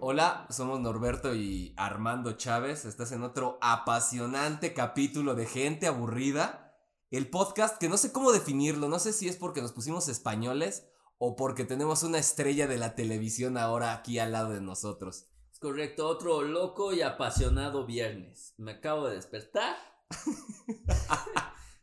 Hola, somos Norberto y Armando Chávez. Estás en otro apasionante capítulo de Gente Aburrida. El podcast que no sé cómo definirlo, no sé si es porque nos pusimos españoles o porque tenemos una estrella de la televisión ahora aquí al lado de nosotros. Es correcto, otro loco y apasionado viernes. Me acabo de despertar.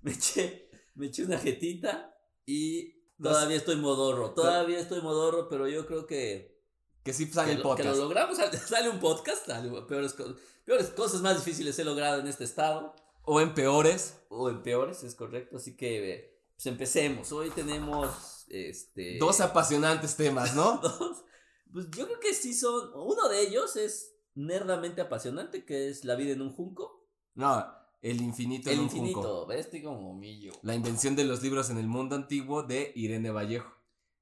me, eché, me eché una jetita y Nos- todavía estoy modorro. Todavía estoy modorro, pero yo creo que, Que sí sale que, el lo, que lo podcast. logramos. Sale- Sale un podcast, sale peores, co- peores cosas más difíciles he logrado en este estado. O en peores. O en peores, es correcto. Así que eh, pues empecemos. Hoy tenemos este. Dos apasionantes temas, ¿no? dos. Pues yo creo que sí son. Uno de ellos es nerdamente apasionante, que es La vida en un junco. No, el infinito El en un infinito, junco. ¿ves? Estoy como millo. La invención de los libros en el mundo antiguo de Irene Vallejo.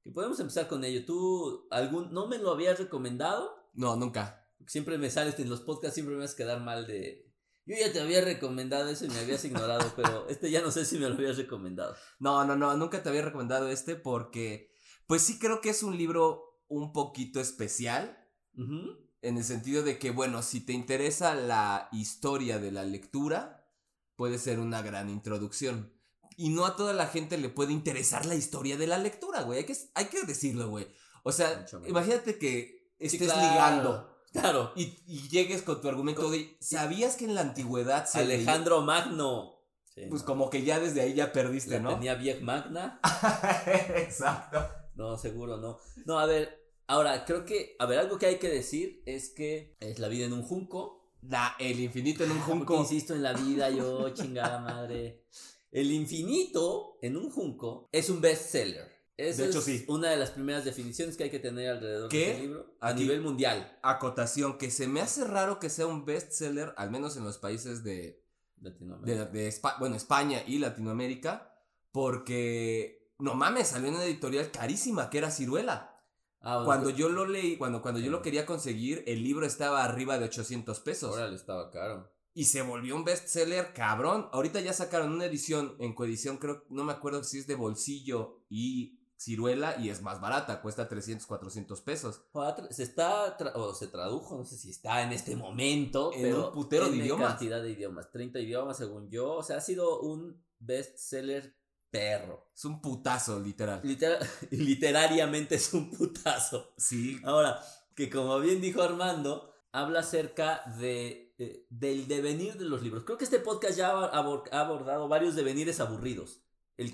Que podemos empezar con ello. Tú algún no me lo habías recomendado. No, nunca. Siempre me sales en los podcasts, siempre me vas a quedar mal de. Yo ya te había recomendado eso y me habías ignorado, pero este ya no sé si me lo habías recomendado. No, no, no, nunca te había recomendado este porque, pues sí creo que es un libro un poquito especial, Ujú. en el sentido de que, bueno, si te interesa la historia de la lectura, puede ser una gran introducción. Y no a toda la gente le puede interesar la historia de la lectura, güey, hay que, hay que decirlo, güey. O sea, Mucho menos. imagínate que Sí, estés claro, ligando Claro. y, y llegues con tu argumento Con- de, ¿sabías que en la antigüedad se leía?" Alejandro Magno. Sí, Pues no. como que ya desde ahí ya perdiste, La ¿no? tenía Vieja Magna. Exacto. No, seguro no. No, a ver, ahora creo que, a ver, algo que hay que decir es que es la vida en un junco. La, el infinito en un Junco. junco. insisto en la vida, yo, chingada madre. El infinito en un junco es un bestseller. Esa De hecho, es sí. una de las primeras definiciones que hay que tener alrededor ¿Qué? de este libro a Aquí. nivel mundial. Acotación, que se me hace raro que sea un bestseller, al menos en los países de, Latinoamérica. de, de Espa- bueno, España y Latinoamérica, porque, no mames, salió en una editorial carísima que era Ciruela. Ah, bueno, Cuando es que- yo lo leí, cuando, cuando yo lo quería conseguir, el libro estaba arriba de 800 pesos. Órale, estaba caro. Y se volvió un bestseller cabrón. Ahorita ya sacaron una edición en coedición, creo, no me acuerdo si es de bolsillo y ciruela y es más barata, cuesta 300, 400 pesos. Cuatro- Se está, tra- o se tradujo, no sé si está en este momento, En pero un putero de tiene idiomas. cantidad de idiomas, 30 idiomas según yo, o sea, ha sido un bestseller perro. Es un putazo, literal. Litera- literariamente es un putazo. Sí. Ahora, que como bien dijo Armando, habla acerca de, eh, del devenir de los libros. Creo que este podcast ya ha abor- ha abordado varios devenires aburridos. El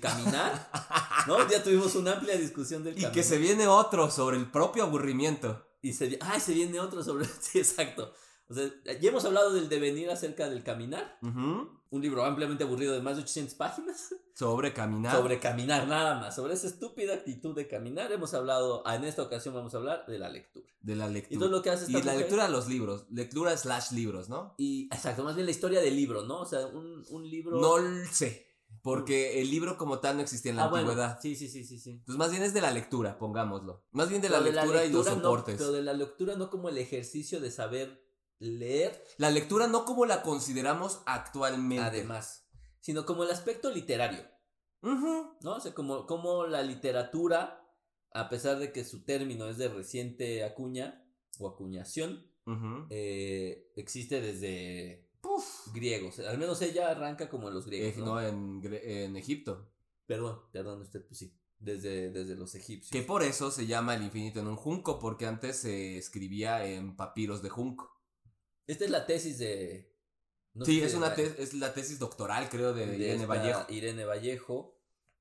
caminar, ¿no? Ya tuvimos una amplia discusión del Y caminar. que se viene otro sobre el propio aburrimiento. Y se, vi- ah, se viene otro sobre... Sí, exacto. O sea, ya hemos hablado del devenir acerca del caminar. Ujú. Un libro ampliamente aburrido de más de 800 páginas. Sobre caminar. Sobre caminar nada más. Sobre esa estúpida actitud de caminar. Hemos hablado, ah, en esta ocasión vamos a hablar de la lectura. De la Y todo lectura. lo que hace Mm. Y esta la mujer- lectura de los libros. Lectura slash libros, ¿no? Y, exacto, más bien la historia del libro, ¿no? O sea, un, un libro... No lo sé. Porque el libro como tal no existía en la Mm. Ah, bueno, antigüedad. Sí, sí, sí, sí, sí. Entonces más bien es de la lectura, pongámoslo. Más bien de la, Pero lectura, y los no- soportes. pero de la lectura no como el ejercicio de saber leer, La lectura no como la consideramos actualmente. además, sino como el aspecto literario. Ujú. ¿no? O sea, como, como la literatura, a pesar de que su término es de reciente acuña o acuñación, Ujú. eh, existe desde griegos. Al menos ella arranca como en los griegos. Eh, ¿no? no, en, Gre- en Egipto. Perdón, perdón, usted, pues sí. Desde, desde los egipcios. Que por eso se llama el infinito en un junco, porque antes se escribía en papiros de junco. Esta es la tesis de. no sí, sé es, si una de- tes- es la tesis doctoral, creo, de, de Irene esta Vallejo. Irene Vallejo,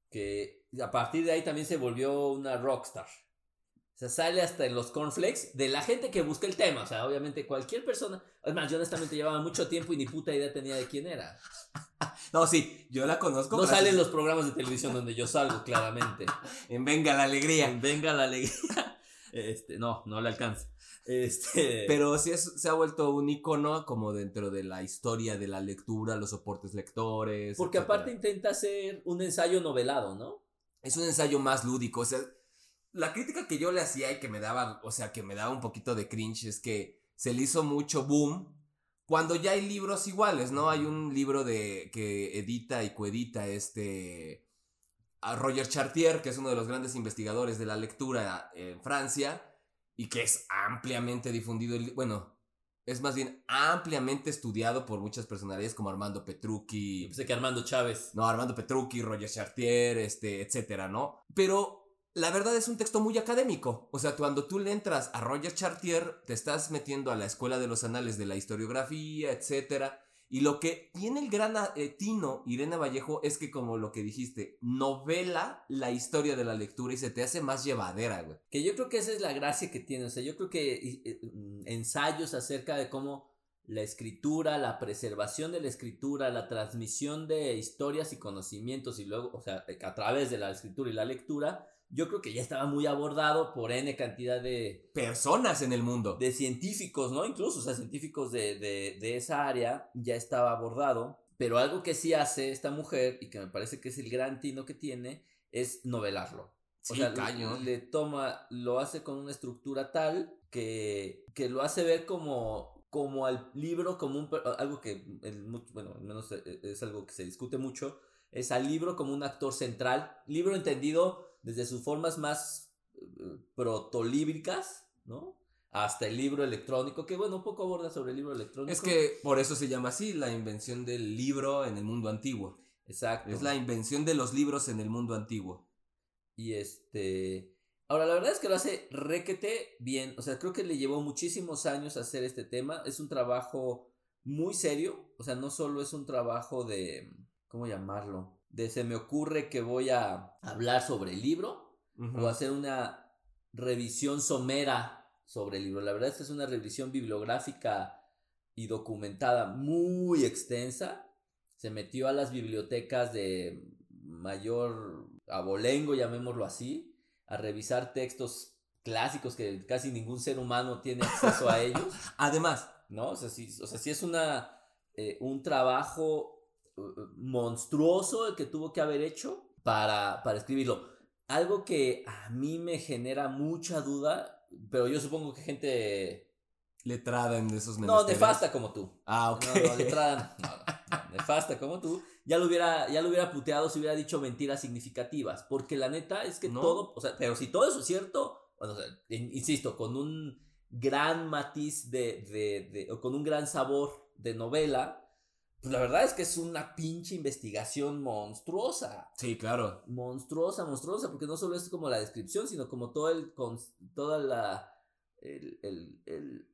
que a partir de ahí también se volvió una rockstar. O sea, sale hasta en los cornflakes de la gente que busca el tema. O sea, obviamente cualquier persona. Es más, yo honestamente llevaba mucho tiempo y ni puta idea tenía de quién era. No, sí, yo la conozco. No gracias- sale en los programas de televisión donde yo salgo, claramente. en Venga la Alegría. Venga la alegría. Este, no, no le alcanza. Este. Pero sí es- se ha vuelto un icono como dentro de la historia de la lectura, los soportes lectores. porque etcétera. aparte intenta hacer un ensayo novelado, ¿no? Es un ensayo más lúdico. O sea, la crítica que yo le hacía y que me daba, o sea, que me daba un poquito de cringe es que se le hizo mucho boom cuando ya hay libros iguales, ¿no? Hay un libro de que edita y coedita este a Roger Chartier, que es uno de los grandes investigadores de la lectura en Francia, y que es ampliamente difundido, el- bueno, es más bien ampliamente estudiado por muchas personalidades como Armando Y Petrucci, pensé que Armando Chávez. no, Armando Petrucci, Roger Chartier, este, etcétera, ¿no? Pero la verdad es un texto muy académico. O sea, cuando tú le entras a Roger Chartier, te estás metiendo a la escuela de los anales de la historiografía, etcétera. Y lo que tiene el gran eh, tino Irene Vallejo es que, como lo que dijiste, novela la historia de la lectura y se te hace más llevadera, güey. Que yo creo que esa es la gracia que tiene. O sea, yo creo que y- eh, mm, ensayos acerca de cómo la escritura, la preservación de la escritura, la transmisión de historias y conocimientos y luego, o sea, eh, a través de la escritura y la lectura, yo creo que ya estaba muy abordado por N cantidad de, Personas en el mundo. de científicos, ¿no? Incluso, o sea, científicos de, de- de esa área ya estaba abordado. Pero algo que sí hace esta mujer y que me parece que es el gran tino que tiene es novelarlo. O Sí, sea, le- caño. le toma, lo hace con una estructura tal que, que lo hace ver como, como al libro, como un, per- algo que, el mu- bueno, al menos eh, eh, es algo que se discute mucho, es al libro como un actor central, libro entendido desde sus formas más eh, protolíbricas, ¿no? Hasta el libro electrónico, que bueno, un poco aborda sobre el libro electrónico. Es que por eso se llama así, la invención del libro en el mundo antiguo. Exacto. Es la invención de los libros en el mundo antiguo. Y este. Ahora, la verdad es que lo hace requete bien. O sea, creo que le llevó muchísimos años hacer este tema. Es un trabajo muy serio. O sea, no solo es un trabajo de. ¿Cómo llamarlo? De se me ocurre que voy a hablar sobre el libro Ujú. o hacer una revisión somera sobre el libro. La verdad es que es una revisión bibliográfica y documentada muy extensa. Se metió a las bibliotecas de mayor abolengo, llamémoslo así, a revisar textos clásicos que casi ningún ser humano tiene acceso a ellos. Además, ¿no? O sea, sí, o sea, sí es una, eh, un trabajo eh, monstruoso el que tuvo que haber hecho para, para escribirlo. Algo que a mí me genera mucha duda, pero yo supongo que gente... letrada en esos No, menesteres. nefasta como tú. Ah, ok. No, no, letrada, no, no, no, nefasta como tú. Ya lo, hubiera, ya lo hubiera puteado si hubiera dicho mentiras significativas. Porque la neta es que No. todo, o sea, pero si todo eso es cierto, bueno, o sea, in- insisto, con un gran matiz de, de- de- o con un gran sabor de novela, pues la verdad es que es una pinche investigación monstruosa. Sí, claro. Monstruosa, monstruosa, porque no solo es como la descripción, sino como todo el, con, toda la, el, el- el-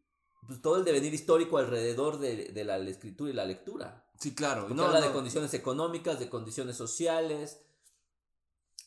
pues, todo el devenir histórico alrededor de, de la escritura y la lectura. Sí, claro. Porque No, habla no. de condiciones económicas, de condiciones sociales.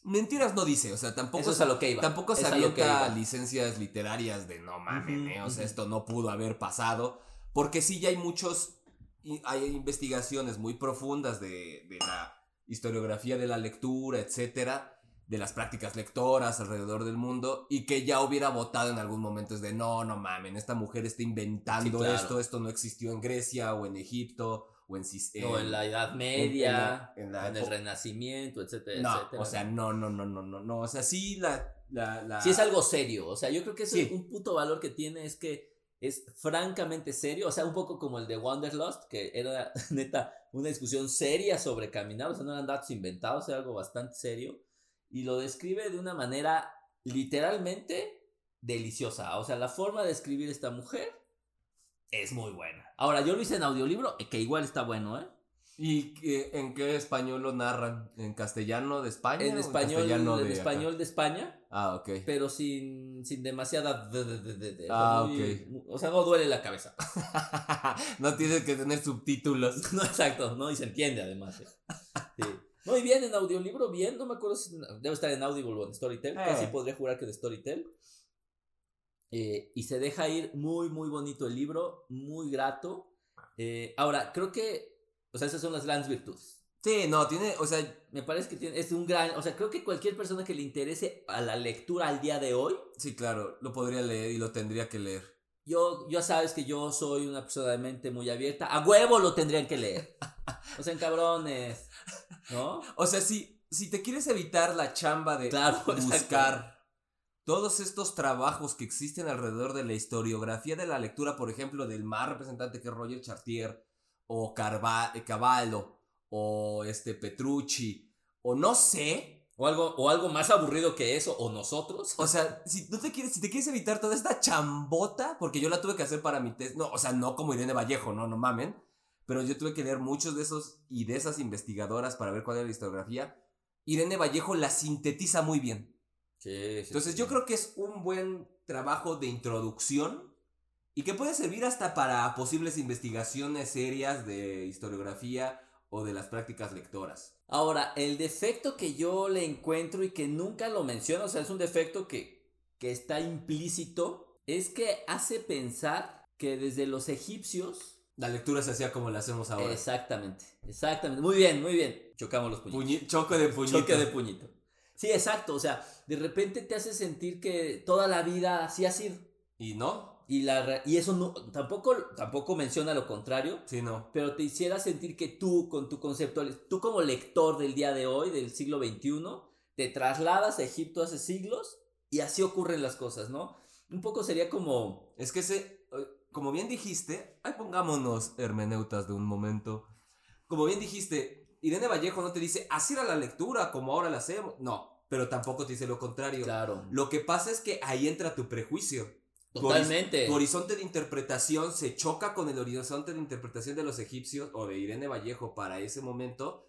Mentiras no dice, o sea, tampoco, Eso es a lo que iba. tampoco se es a lo que avienta iba. licencias literarias de no mames, Ujú, ¿eh? o sea, ujú. esto no pudo haber pasado. Porque sí, ya hay muchos, y hay investigaciones muy profundas de, de la historiografía de la lectura, etcétera, de las prácticas lectoras alrededor del mundo, y que ya hubiera votado en algún momento, es de no, no mamen, esta mujer está inventando Sí, claro. esto, esto no existió en Grecia o en Egipto o en, Cis- O en la Edad en- en Media, la- en, en la el epo- Renacimiento, etcétera, No, etcétera. o sea, no, no, no, no, no, no. O sea, sí la. la, la- Sí es algo serio, o sea, yo creo que eso Sí. es un puto valor que tiene es que es francamente serio, o sea, un poco como el de Wanderlust, que era neta una discusión seria sobre caminar, o sea, no eran datos inventados, era algo bastante serio, y lo describe de una manera literalmente deliciosa, o sea, la forma de escribir esta mujer es muy buena. Ahora, yo lo hice en audiolibro, que igual está bueno, ¿eh? ¿Y qué- en qué español lo narran? ¿En castellano de España? o En español, castellano en este de acá? español de España. Ah, ok. pero sin, sin demasiada. d- d- d- d- d- Ah, muy- O sea, no duele la cabeza. no tienes que tener subtítulos. No, exacto, ¿no? Y se entiende además. ¿eh? Sí. No, y bien, en audiolibro, bien, no me acuerdo si. Debe estar en Audible o en Storytel, Eh. casi podría jurar que en Storytel. Eh, y se deja ir muy, muy bonito el libro, muy grato. Eh, ahora, creo que. O sea, esas son las grandes virtudes. Sí, no, tiene. O sea, Me parece que tiene, es un gran. O sea, creo que cualquier persona que le interese a la lectura al día de hoy, sí, claro, lo podría leer y lo tendría que leer. Yo, ya sabes que yo soy una persona de mente muy abierta. A huevo lo tendrían que leer. O sea, cabrones. ¿No? O sea, si, si te quieres evitar la chamba de Claro, exacto. buscar todos estos trabajos que existen alrededor de la historiografía de la lectura, por ejemplo, del más representante que es Roger Chartier, o Carva- eh, Cavallo, o este Petrucci, o no sé, O algo, o algo más aburrido que eso, o nosotros. O sea, si tú te quieres, si te quieres evitar toda esta chambota, porque yo la tuve que hacer para mi test, no, o sea, no como Irene Vallejo, no, no mamen, pero yo tuve que leer muchos de esos y de esas investigadoras para ver cuál era la historiografía. Irene Vallejo la sintetiza muy bien. Entonces yo creo que es un buen trabajo de introducción y que puede servir hasta para posibles investigaciones serias de historiografía o de las prácticas lectoras. Ahora, el defecto que yo le encuentro y que nunca lo menciono, o sea, es un defecto que, que está implícito, es que hace pensar que desde los egipcios... La lectura se hacía como la hacemos ahora. Exactamente, exactamente. Muy bien, muy bien. Chocamos los puñitos. Puñi- choque de puñito. Choque de puñito. Sí, exacto. O sea, de repente te hace sentir que toda la vida así ha sido. ¿Y no? Y, la, re- y eso no, tampoco, tampoco menciona lo contrario, Sí, no. pero te hiciera sentir que tú, con tu concepto, tú como lector del día de hoy, del siglo XXI, te trasladas a Egipto hace siglos y así ocurren las cosas, ¿no? Un poco sería como, Es que se, como bien dijiste, ahí pongámonos hermeneutas de un momento. Como bien dijiste, Irene Vallejo no te dice, así era la lectura, como ahora la hacemos. No, pero tampoco te dice lo contrario. claro, Lo que pasa es que ahí entra tu prejuicio. tu horiz- totalmente. Tu horizonte de interpretación se choca con el horizonte de interpretación de los egipcios o de Irene Vallejo para ese momento.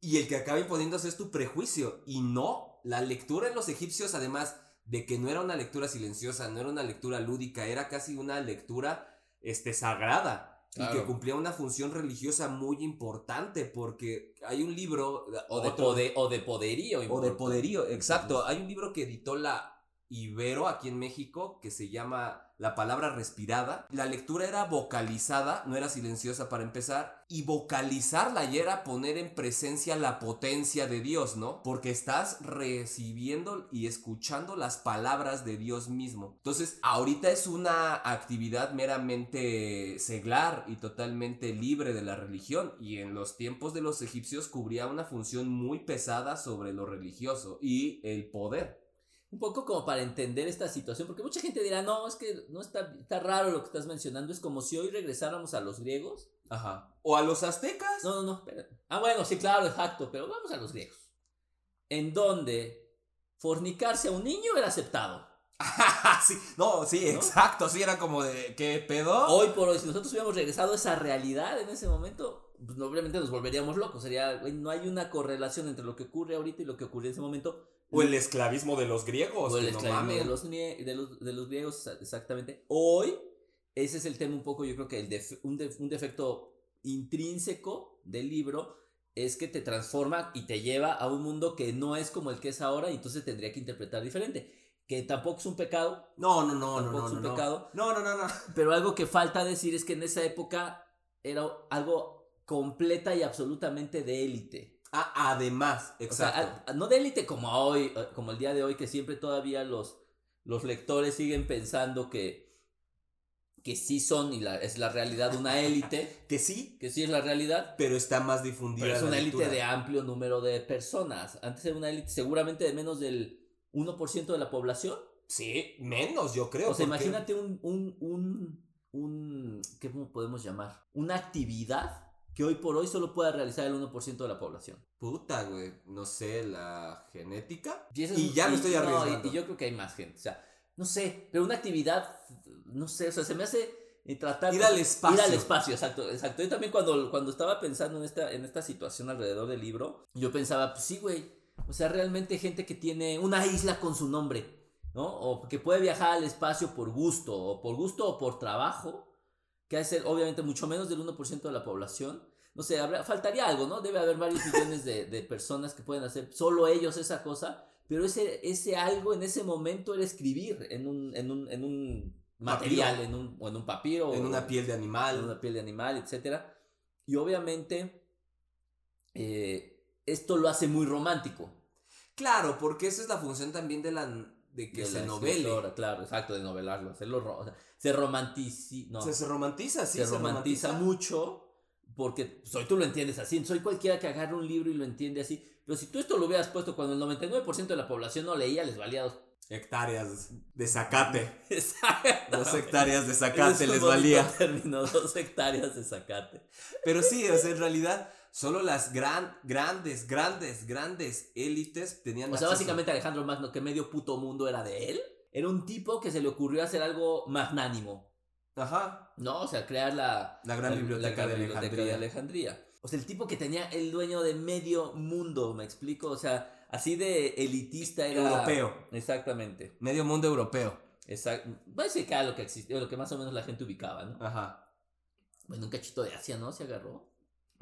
Y el que acaba imponiéndose es tu prejuicio. Y no, la lectura en los egipcios, además de que no era una lectura silenciosa, no era una lectura lúdica, era casi una lectura este, sagrada. Y que Claro. cumplía una función religiosa muy importante, porque hay un libro, O de, otro- pode- o de poderío. o de importante. poderío, exacto. Hay un libro que editó la Ibero aquí en México que se llama La palabra respirada. La lectura era vocalizada, no era silenciosa para empezar. Y vocalizarla ya era poner en presencia la potencia de Dios, ¿no? Porque estás recibiendo y escuchando las palabras de Dios mismo. Entonces, ahorita es una actividad meramente seglar y totalmente libre de la religión. Y en los tiempos de los egipcios cubría una función muy pesada sobre lo religioso y el poder. un poco como para entender esta situación, porque mucha gente dirá, no, es que no está, está raro lo que estás mencionando, es como si hoy regresáramos a los griegos. Ajá. O a los aztecas. No, no, no, espérate. Ah, bueno, sí, claro, exacto, pero vamos a los griegos. En donde fornicarse a un niño era aceptado. sí, no, sí, ¿No? exacto. Sí, era como de, ¿qué pedo? Hoy por hoy, si nosotros hubiéramos regresado a esa realidad en ese momento, pues, no, obviamente nos volveríamos locos. Sería, güey, no hay una correlación entre lo que ocurre ahorita y lo que ocurrió en ese momento. O el esclavismo de los griegos. O el que no esclavismo mamen. Pues de los, nie- de, los, de los griegos, exa- exactamente. Hoy, ese es el tema un poco, yo creo que el def- un, def- un defecto intrínseco del libro es que te transforma y te lleva a un mundo que no es como el que es ahora y entonces tendría que interpretar diferente. Que tampoco es un pecado, No, no, no, no, tampoco no, es no, un no. pecado, No, no, no, no. pero algo que falta decir es que en esa época era algo completa y absolutamente de élite. Ah, además, O sea, exacto. a- a- no de élite como a hoy, eh, como el día de hoy, que siempre todavía los, los lectores siguen pensando que, que sí son, y la, es la realidad una élite, que sí, que sí es la realidad, pero está más difundida. pero es la una élite lectura. de amplio número de personas. Antes era una élite seguramente de menos del 1% de la población. Sí, menos, yo creo. O sea, porque- imagínate un, un, un, un, ¿qué podemos llamar? Una actividad que hoy por hoy solo pueda realizar el 1% de la población. Puta, güey. No sé, la genética. Y, eso Y es- ya me estoy no, arriesgando. y, y yo creo que hay más gente. O sea, no sé, pero una actividad, no sé, o sea, se me hace eh, tratar Ir al espacio. Ir al espacio, exacto, exacto. Yo también cuando, cuando estaba pensando en esta, en esta situación alrededor del libro, yo pensaba, pues sí, güey. O sea, realmente gente que tiene una isla con su nombre, ¿no? O que puede viajar al espacio por gusto, o por gusto o por trabajo, que ha de ser obviamente mucho menos del 1% de la población. No sé, habrá- faltaría algo, ¿no? Debe haber varios millones de, de personas que pueden hacer solo ellos esa cosa, pero ese, ese algo en ese momento era escribir en un, en un, en un material, en un, o en un papiro. En o- una piel de animal. en una piel de animal, etcétera. Y obviamente, eh, esto lo hace muy romántico. Claro, porque esa es la función también de la de que de se la novele. escritora, Claro, exacto, de novelarlo, hacerlo. ro- o sea, se romantici- no, O sea, se romantiza, sí, se romantiza mucho. mucho. Porque soy tú lo entiendes así, soy cualquiera que agarre un libro y lo entiende así. Pero si tú esto lo hubieras puesto cuando el 99% de la población no leía, les valía dos. Hectáreas de zacate. Exacto. Dos hectáreas de Ese es zacate un les bonito valía. término, dos hectáreas de zacate. Pero sí, o sea, en realidad, solo las gran, grandes, grandes, grandes élites tenían O sea, acceso. básicamente Alejandro Magno, que medio puto mundo era de él, era un tipo que se le ocurrió hacer algo magnánimo, Ajá, ¿no? O sea, crear la, la gran la- biblioteca, la de biblioteca Alejandría. de Alejandría. O sea, el tipo que tenía el dueño de medio mundo, ¿me explico? O sea, así de elitista era. Europeo, Exactamente. medio mundo europeo. Exacto. Parece que era lo que existía, lo que más o menos la gente ubicaba, ¿no? Ajá. Bueno, un cachito de Asia, ¿no? Se agarró.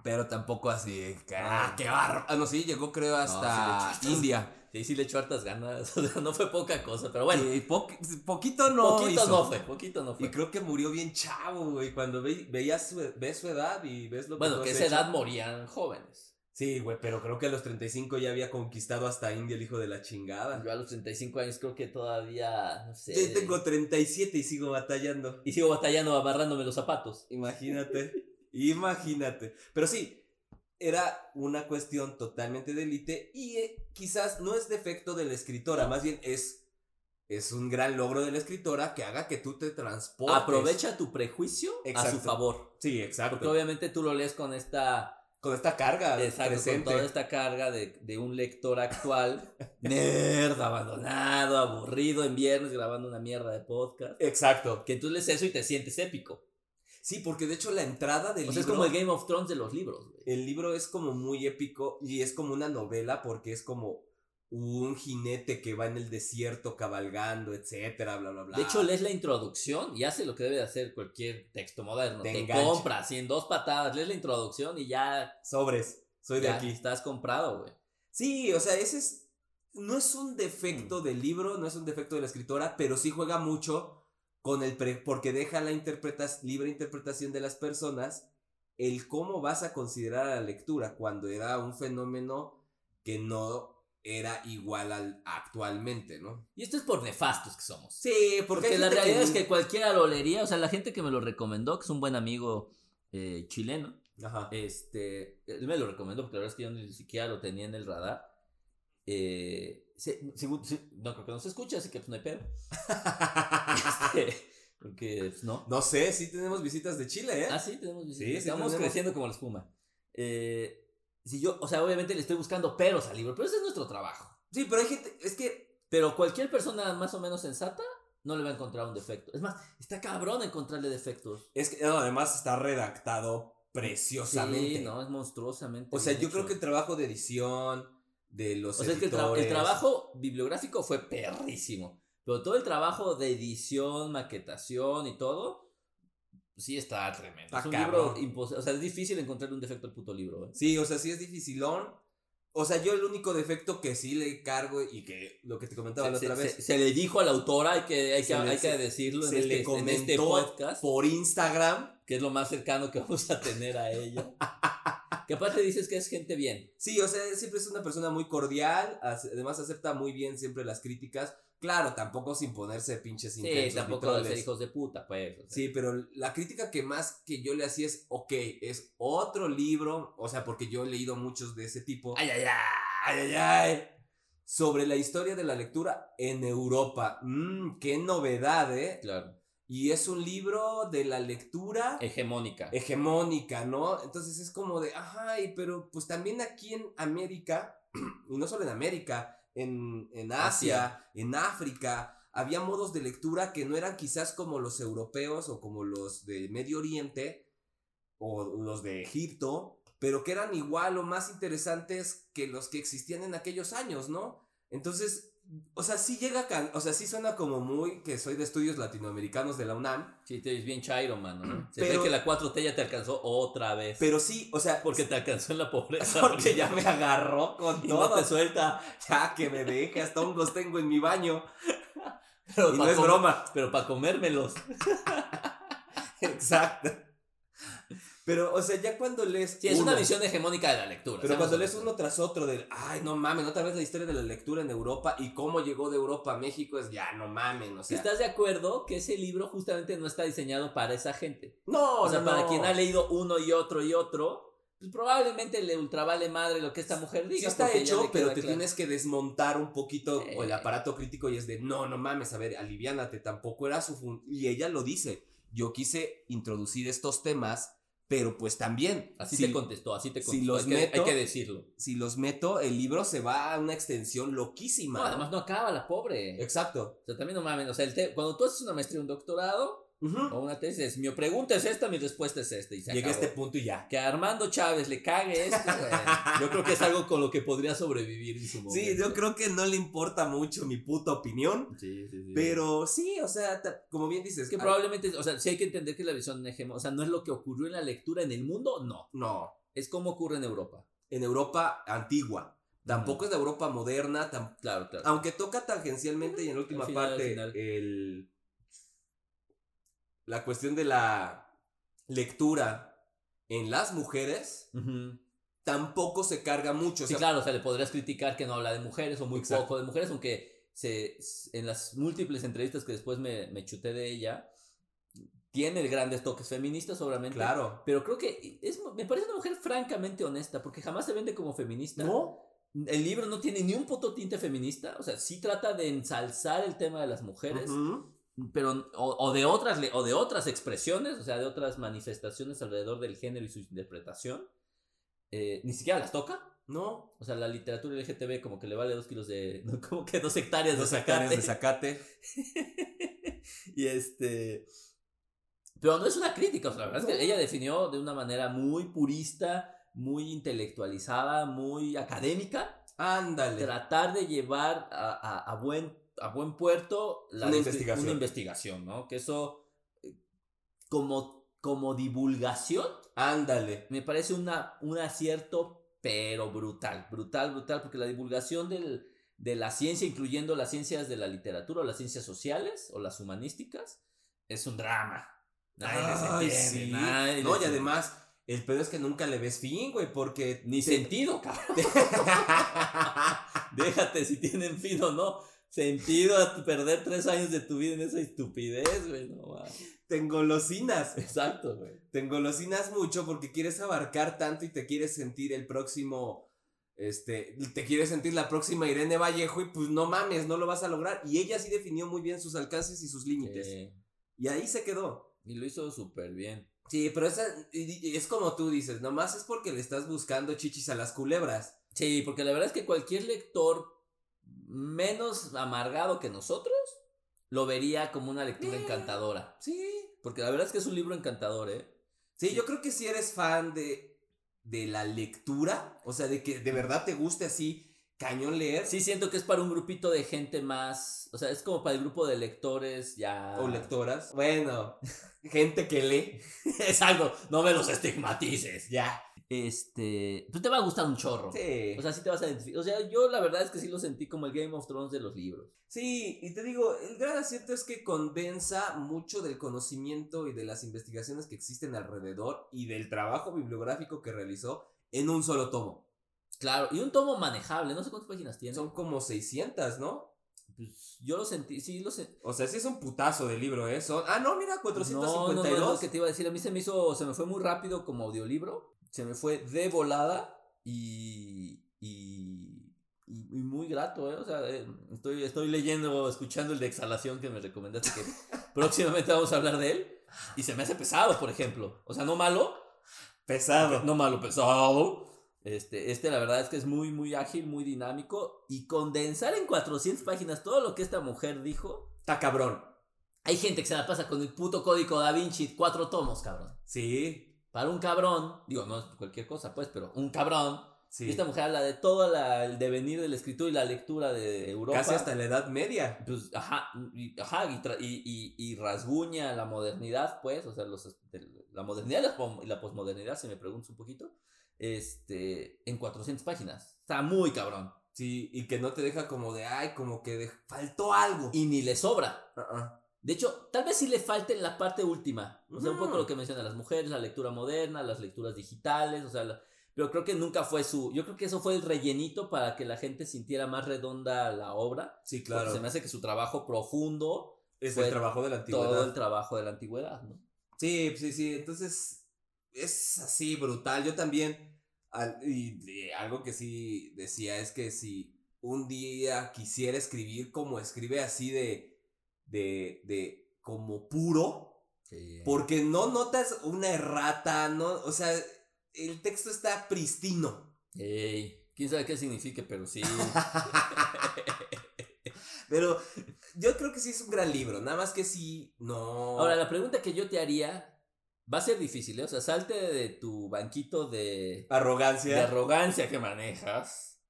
Pero tampoco así. que- Ah. ¡Ah, qué barro! Ah, no, sí, llegó creo hasta sí, de hecho, India. Sí, sí le echó hartas ganas. O sea, no fue poca cosa, pero bueno. Y po- poquito no poquito hizo. no fue, poquito no fue. Y creo que murió bien chavo, güey. Cuando ve- veías su, ves su edad y ves lo que Bueno, tú que a has esa hecho. edad morían jóvenes. Sí, güey, pero creo que a los 35 ya había conquistado hasta India el hijo de la chingada. Yo a los 35 años creo que todavía, no sé. Yo tengo 37 y sigo batallando. Y sigo batallando, amarrándome los zapatos. Imagínate, imagínate. Pero sí, era una cuestión totalmente de élite y eh, quizás no es defecto de la escritora, más bien es, es un gran logro de la escritora que haga que tú te transportes. Aprovecha tu prejuicio a Exacto. su favor. Sí, Porque exacto. obviamente tú lo lees con esta, Con esta carga exacto, con presente. toda esta carga de, de un lector actual, nerd, abandonado, aburrido, en viernes grabando una mierda de podcast. Exacto. Que tú lees eso y te sientes épico. Sí, porque de hecho la entrada del O libro... sea, es como el Game of Thrones de los libros, güey. El libro es como muy épico y es como una novela porque es como un jinete que va en el desierto cabalgando, etcétera, bla, bla, bla. De hecho, lees la introducción y hace lo que debe de hacer cualquier texto moderno. Te Te, engancha. compras y en dos patadas lees la introducción y ya sobres, soy de Ya aquí. Estás comprado, güey. Sí, o sea, ese es. No es un Mm. defecto del libro, no es un defecto de la escritora, pero sí juega mucho con el. pre- porque deja la interpretas- libre interpretación de las personas el cómo vas a considerar a la lectura cuando era un fenómeno que no era igual al actualmente, ¿no? Y esto es por nefastos que somos. Sí, Porque la realidad es que cualquiera lo leería, o sea, la gente que me lo recomendó, que es un buen amigo eh, chileno, Ajá. este, él me lo recomendó porque la verdad es que yo ni siquiera lo tenía en el radar. Eh, se- según- se- no creo que no se escucha, así que pues no hay pedo. Ah. Este, porque pues, no. No sé, sí tenemos visitas de Chile, ¿eh? Ah, sí, tenemos visitas. sí Estamos tenemos. creciendo como la espuma. Eh, si yo, o sea, obviamente le estoy buscando peros al libro, pero ese es nuestro trabajo. Sí, pero hay gente. Es que. Pero cualquier persona más o menos sensata no le va a encontrar un defecto. Es más, está cabrón encontrarle defectos. Es que no, además está redactado preciosamente. Sí, no, es monstruosamente. O sea, bien yo hecho. creo que el trabajo de edición, de los O sea, es que el, tra- el editores- trabajo bibliográfico fue perrísimo. Pero todo el trabajo de edición, maquetación y todo, sí está tremendo. Está es un Ah, cabrón. libro imposible. O sea, es difícil encontrar un defecto al puto libro. ¿eh? Sí, o sea, sí es dificilón. O sea, yo el único defecto que sí le cargo y que lo que te comentaba la Se, otra se- vez, se- se le dijo a la autora, hay que, hay que, Se le- hay que se- decirlo se en, le este, en este comentó podcast. por Instagram, que es lo más cercano que vamos a tener a ella. que aparte dices que es gente bien. sí, o sea, siempre es una persona muy cordial, as- además acepta muy bien siempre las críticas. Claro, tampoco sin ponerse pinches Sí, intensos tampoco de ser vitroles. hijos de puta, pues. o sea. Sí, pero la crítica que más que yo le hacía es, ok, es otro libro, o sea, porque yo he leído muchos de ese tipo. Ay, ay, ay. Ay, ay, ay. Sobre la historia de la lectura en Europa. Mm, qué novedad, ¿eh? Claro. Y es un libro de la lectura Hegemónica. hegemónica, ¿no? Entonces es como de, ay, pero pues también aquí en América, y no solo en América, en, en Asia, en África, había modos de lectura que no eran quizás como los europeos o como los de Medio Oriente o los de Egipto, pero que eran igual o más interesantes que los que existían en aquellos años, ¿no? Entonces, o sea, sí llega, a can- o sea, sí suena como muy que soy de estudios latinoamericanos de la UNAM, Sí, te ves bien chairo, mano. Se Pero- ve que la 4T ya te alcanzó otra vez. pero sí, o sea, porque te alcanzó en la pobreza. Porque ya me agarró con Y no todo. te suelta. Ya que me deje, hasta hongos tengo en mi baño. Pero Y pa no es com- broma. Pero para comérmelos. Exacto. Pero, o sea, ya cuando lees. Sí, es una uno, visión hegemónica de la lectura. Pero seamos cuando lees honestos. uno tras otro del. Ay, no mames, otra vez la historia de la lectura en Europa y cómo llegó de Europa a México es ya, no mamen, o sea. ¿Estás de acuerdo que ese libro justamente no está diseñado para esa gente? No, O sea, no, para no. quien ha leído uno y otro y otro, pues probablemente le ultra vale madre lo que esta mujer diga. Sí está porque ya hecho, le pero queda te claro. tienes que desmontar un poquito Sí. o el aparato crítico y es de, no, no mames, a ver, aliviánate, tampoco era su fun- Y ella lo dice, yo quise introducir estos temas Pero pues también, Así si- te contestó, así te si contestó. los hay, que, meto- hay que decirlo. si los meto, el libro se va a una extensión loquísima. No, ¿no? además eh. no acaba la pobre. Exacto. O sea, también no mames. O sea, el te- cuando tú haces una maestría, un doctorado Ujú. o una tesis, es, mi pregunta es esta, mi respuesta es esta. Y Oh, se Llegué a acabó. este punto y ya. Que a Armando Chávez le cague esto, güey, yo creo que es algo con lo que podría sobrevivir en su momento. Sí, yo creo que no le importa mucho mi puta opinión. Sí, sí, sí. Pero sí, o sea, ta- como bien dices, Es que ah, probablemente, o sea, sí hay que entender que la visión hegemónica, o sea, no es lo que ocurrió en la lectura en el mundo, no. no, Es como ocurre en Europa. en Europa antigua. Tampoco Ujú. es la Europa moderna, tam- Claro, claro. aunque toca tangencialmente y en la última Al final, parte al final. el la cuestión de la lectura en las mujeres Ujú. tampoco se carga mucho. o sí, sea, claro, o sea, le podrías criticar que no habla de mujeres o muy Exacto. poco de mujeres, aunque se, s- en las múltiples entrevistas que después me, me chuté de ella, tiene grandes toques feministas, obviamente. claro. Pero creo que es, mu- me parece una mujer francamente honesta, porque jamás se vende como feminista. No, El libro no tiene ni un puto tinte feminista, o sea, sí trata de ensalzar el tema de las mujeres, Ujú. pero o, o de otras le- o de otras expresiones, o sea, de otras manifestaciones alrededor del género y su interpretación, eh, ni siquiera las toca. No. O sea, la literatura LGTB como que le vale dos kilos de... no, como que dos hectáreas Los de zacate. sacanes de Zacate. y este... Pero no es una crítica, o sea, la verdad es que ella definió de una manera muy purista, muy intelectualizada, muy académica, Ándale. tratar de llevar a, a- a buen, a buen puerto la Una descri- investigación. una investigación, ¿no? Que eso, eh, como, como divulgación, Ándale. me parece una, un acierto, pero brutal, brutal, brutal, porque la divulgación del, de la ciencia, incluyendo las ciencias de la literatura o las ciencias sociales o las humanístas, es un drama. Nadie les Ay, entiende, sí. nadie No, y les entiende. además, el pedo es que nunca le ves fin, güey, porque. Ni te- sentido, cabrón. Déjate si tienen fin o no. Sentido a perder tres años de tu vida en esa estupidez, güey. No, mames. Te engolosinas. Exacto, güey. Te engolosinas mucho porque quieres abarcar tanto y te quieres sentir el próximo. Este, te quieres sentir la próxima Irene Vallejo y pues no mames, no lo vas a lograr. Y ella sí definió muy bien sus alcances y sus límites. Eh, Y ahí se quedó. y lo hizo súper bien. Sí, pero esa, y- y es como tú dices, nomás es porque le estás buscando chichis a las culebras. Sí, porque la verdad es que cualquier lector menos amargado que nosotros lo vería como una lectura Eh. encantadora. Sí. Porque la verdad es que es un libro encantador, ¿eh? Sí, yo creo que si eres fan de, de la lectura, o sea, de que de verdad te guste así cañón leer Sí, siento que es para un grupito de gente más. O sea, es como para el grupo de lectores ya. o lectoras, Ah. bueno, gente que lee, Exacto, no me los estigmatices. ya. Este. Pues te va a gustar un chorro. Sí. O sea, sí te vas a identificar. O sea, yo la verdad es que sí lo sentí como el Game of Thrones de los libros. sí, y te digo, el gran acierto es que condensa mucho del conocimiento y de las investigaciones que existen alrededor y del trabajo bibliográfico que realizó en un solo tomo. Claro, y un tomo manejable, no sé cuántas páginas tiene. Son como 600, ¿no? Pues, yo lo sentí, sí, lo sentí. O sea, sí es un putazo de libro, ¿eh? Son- Ah, no, mira, 452. No, no, no, es lo que te iba a decir. A mí se me hizo, se me fue muy rápido como audiolibro. Se me fue de volada y. y. y- y muy grato, ¿eh? O sea, eh, estoy, estoy leyendo, escuchando el de exhalación que me recomendaste que próximamente vamos a hablar de él. Y se me hace pesado, por ejemplo. O sea, no malo, Pesado. No malo, pesado. Este, este, la verdad es que es muy, muy ágil, muy dinámico. Y condensar en 400 páginas todo lo que esta mujer dijo. Está cabrón. Hay gente que se la pasa con el puto código Da Vinci, cuatro tomos, cabrón. Sí, Para un cabrón, digo, no es cualquier cosa, pues, pero un cabrón. sí. Y esta mujer habla de todo la- el devenir del escritor y la lectura de Europa. Casi hasta la Edad Media. Pues, ajá, y, ajá, y, tra- y- y- y rasguña la modernidad, pues, o sea, los, de- la modernidad y la pom- y la posmodernidad, si me preguntas un poquito, este, en 400 páginas. Está muy cabrón. Sí, y que no te deja como de, ay, como que de- faltó algo. Y ni le sobra. Ah, ah. De hecho, tal vez sí le falta en la parte última. O sea, un poco Ujú. lo que menciona las mujeres, la lectura moderna, las lecturas digitales, o sea, la- pero creo que nunca fue su... Yo creo que eso fue el rellenito para que la gente sintiera más redonda la obra. Sí, porque claro. Se me hace que su trabajo profundo... Es fue el trabajo de la Todo el antigüedad. trabajo de la antigüedad, ¿no? Sí, sí, sí. Entonces, es así brutal. Yo también, al- y, y algo que sí decía es que si un día quisiera escribir como escribe así de, de, de, como puro, Sí. Porque no notas una errata, no, o sea, el texto está pristino. Ey, quién sabe qué signifique, pero sí. Pero yo creo que sí es un gran libro, nada más que sí, no. Ahora, la pregunta que yo te haría va a ser difícil, ¿eh? O sea, salte de tu banquito de, de arrogancia. arrogancia que manejas.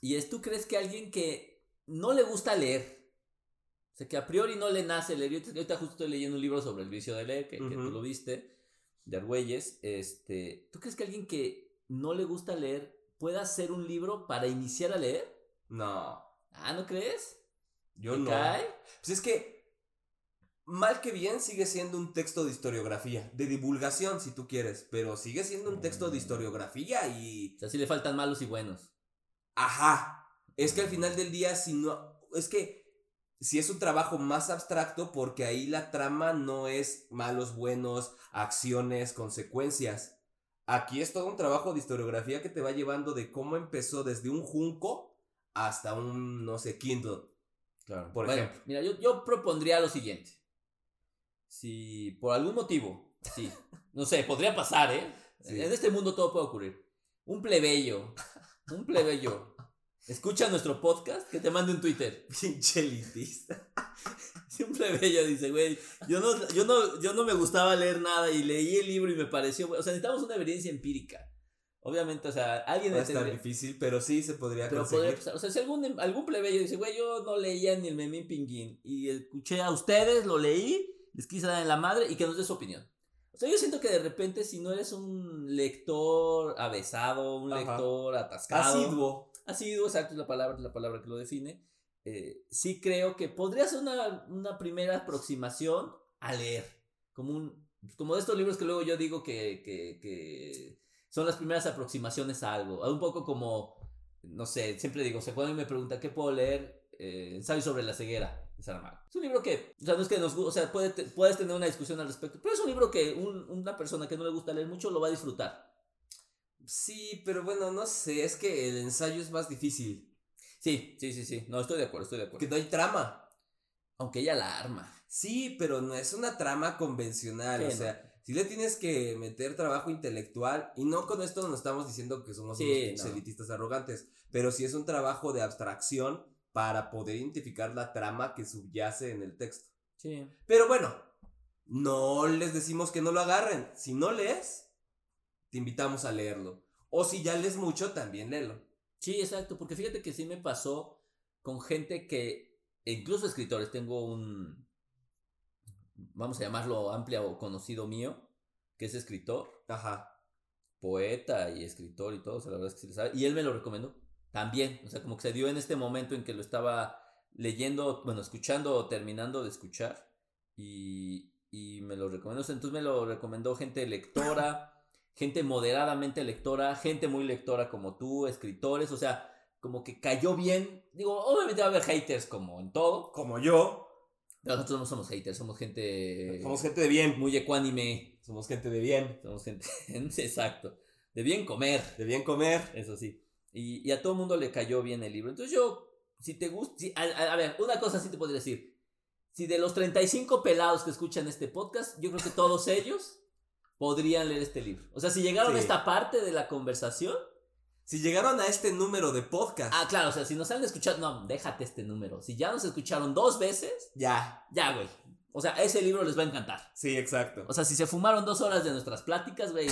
Y es, ¿tú crees que alguien que no le gusta leer? O sea, que a priori no le nace leer. Yo ahorita- ahorita justo estoy leyendo un libro sobre el vicio de leer, que, que tú Ujú. lo viste, de Argüelles. Este, ¿Tú crees que alguien que no le gusta leer pueda hacer un libro para iniciar a leer? No, Ah, ¿no crees? yo ¿Te no. cae? Pues es que, mal que bien, sigue siendo un texto de historiografía, de divulgación, si tú quieres, pero sigue siendo un texto de historiografía y... O sea, sí le faltan malos y buenos. Ajá. Es que al final del día, si no... Es que... Si es un trabajo más abstracto, porque ahí la trama no es malos, buenos, acciones, consecuencias. Aquí es todo un trabajo de historiografía que te va llevando de cómo empezó desde un junco hasta un, no sé, quinto. Claro. Por bueno, ejemplo. mira, yo, yo propondría lo siguiente. Si por algún motivo, sí, no sé, podría pasar, ¿eh? Sí. En este mundo todo puede ocurrir. Un plebeyo, un plebeyo, escucha nuestro podcast que te mande un Twitter. Pinche elitista. Si un plebeyo dice, güey, yo no, yo, no, yo no me gustaba leer nada y leí el libro y me pareció, o sea, necesitamos una evidencia empírica. Obviamente, o sea, alguien Va a me estar tendría- difícil, pero sí se podría Pero conseguir. podría pasar. O sea, si algún, em, algún plebeyo dice, güey, yo no leía ni el Memín Pinguín y escuché a ustedes, lo leí, les quise dar en la madre y que nos dé su opinión. O sea, yo siento que de repente, si no eres un lector avesado, un Ajá. lector atascado, Asiduo. asiduo, exacto, es la palabra, es la palabra que lo define, eh, sí creo que podría ser una, una primera aproximación a leer. Como, un, como de estos libros que luego yo digo que, que, que son las primeras aproximaciones a algo. Un poco como, no sé, siempre digo, o sea, cuando alguien me pregunta qué puedo leer, eh, ensayo sobre la ceguera de Saramago. Es un libro que, o sea, no es que nos gu- o sea, puede te- puedes tener una discusión al respecto, pero es un libro que un- una persona que no le gusta leer mucho lo va a disfrutar. Sí, pero bueno, no sé, es que el ensayo es más difícil. Sí, sí, sí, sí. No, estoy de acuerdo, estoy de acuerdo. Porque no hay trama. Aunque ella la arma. Sí, pero no es una trama convencional. Sí, o no. sea, si le tienes que meter trabajo intelectual, y no con esto nos estamos diciendo que somos Sí, unos pinches no. elitistas arrogantes, pero si es un trabajo de abstracción para poder identificar la trama que subyace en el texto. Sí. Pero bueno, no les decimos que no lo agarren. Si no lees, te invitamos a leerlo. O si ya lees mucho, también léelo. Sí, exacto, porque fíjate que sí me pasó con gente que, e incluso escritores, tengo un, vamos a llamarlo amplio o conocido mío, que es escritor, Ajá. poeta y escritor y todo, o sea, la verdad es que sí le sabe, y él me lo recomendó también, o sea, como que se dio en este momento en que lo estaba leyendo, bueno, escuchando o terminando de escuchar, y, y me lo recomendó, o sea, entonces me lo recomendó gente lectora, gente moderadamente lectora, gente muy lectora como tú, escritores, o sea, como que cayó bien, digo, obviamente va a haber haters como en todo, Como yo, pero nosotros no somos haters, somos gente somos gente de bien. muy ecuánime, Somos gente de bien. somos gente, exacto, de bien comer. De bien comer. Eso sí. Y, y a todo el mundo le cayó bien el libro. Entonces yo, si te gusta, si- a, a- a ver, una cosa sí te podría decir. Si de los 35 pelados que escuchan este podcast, yo creo que todos ellos podrían leer este libro. O sea, si llegaron a Sí. esta parte de la conversación. Si llegaron a este número de podcast, Ah, claro, o sea, si nos han escuchado, no, déjate este número. Si ya nos escucharon dos veces, ya. ya, güey. O sea, ese libro les va a encantar. Sí, exacto. O sea, si se fumaron dos horas de nuestras pláticas, güey.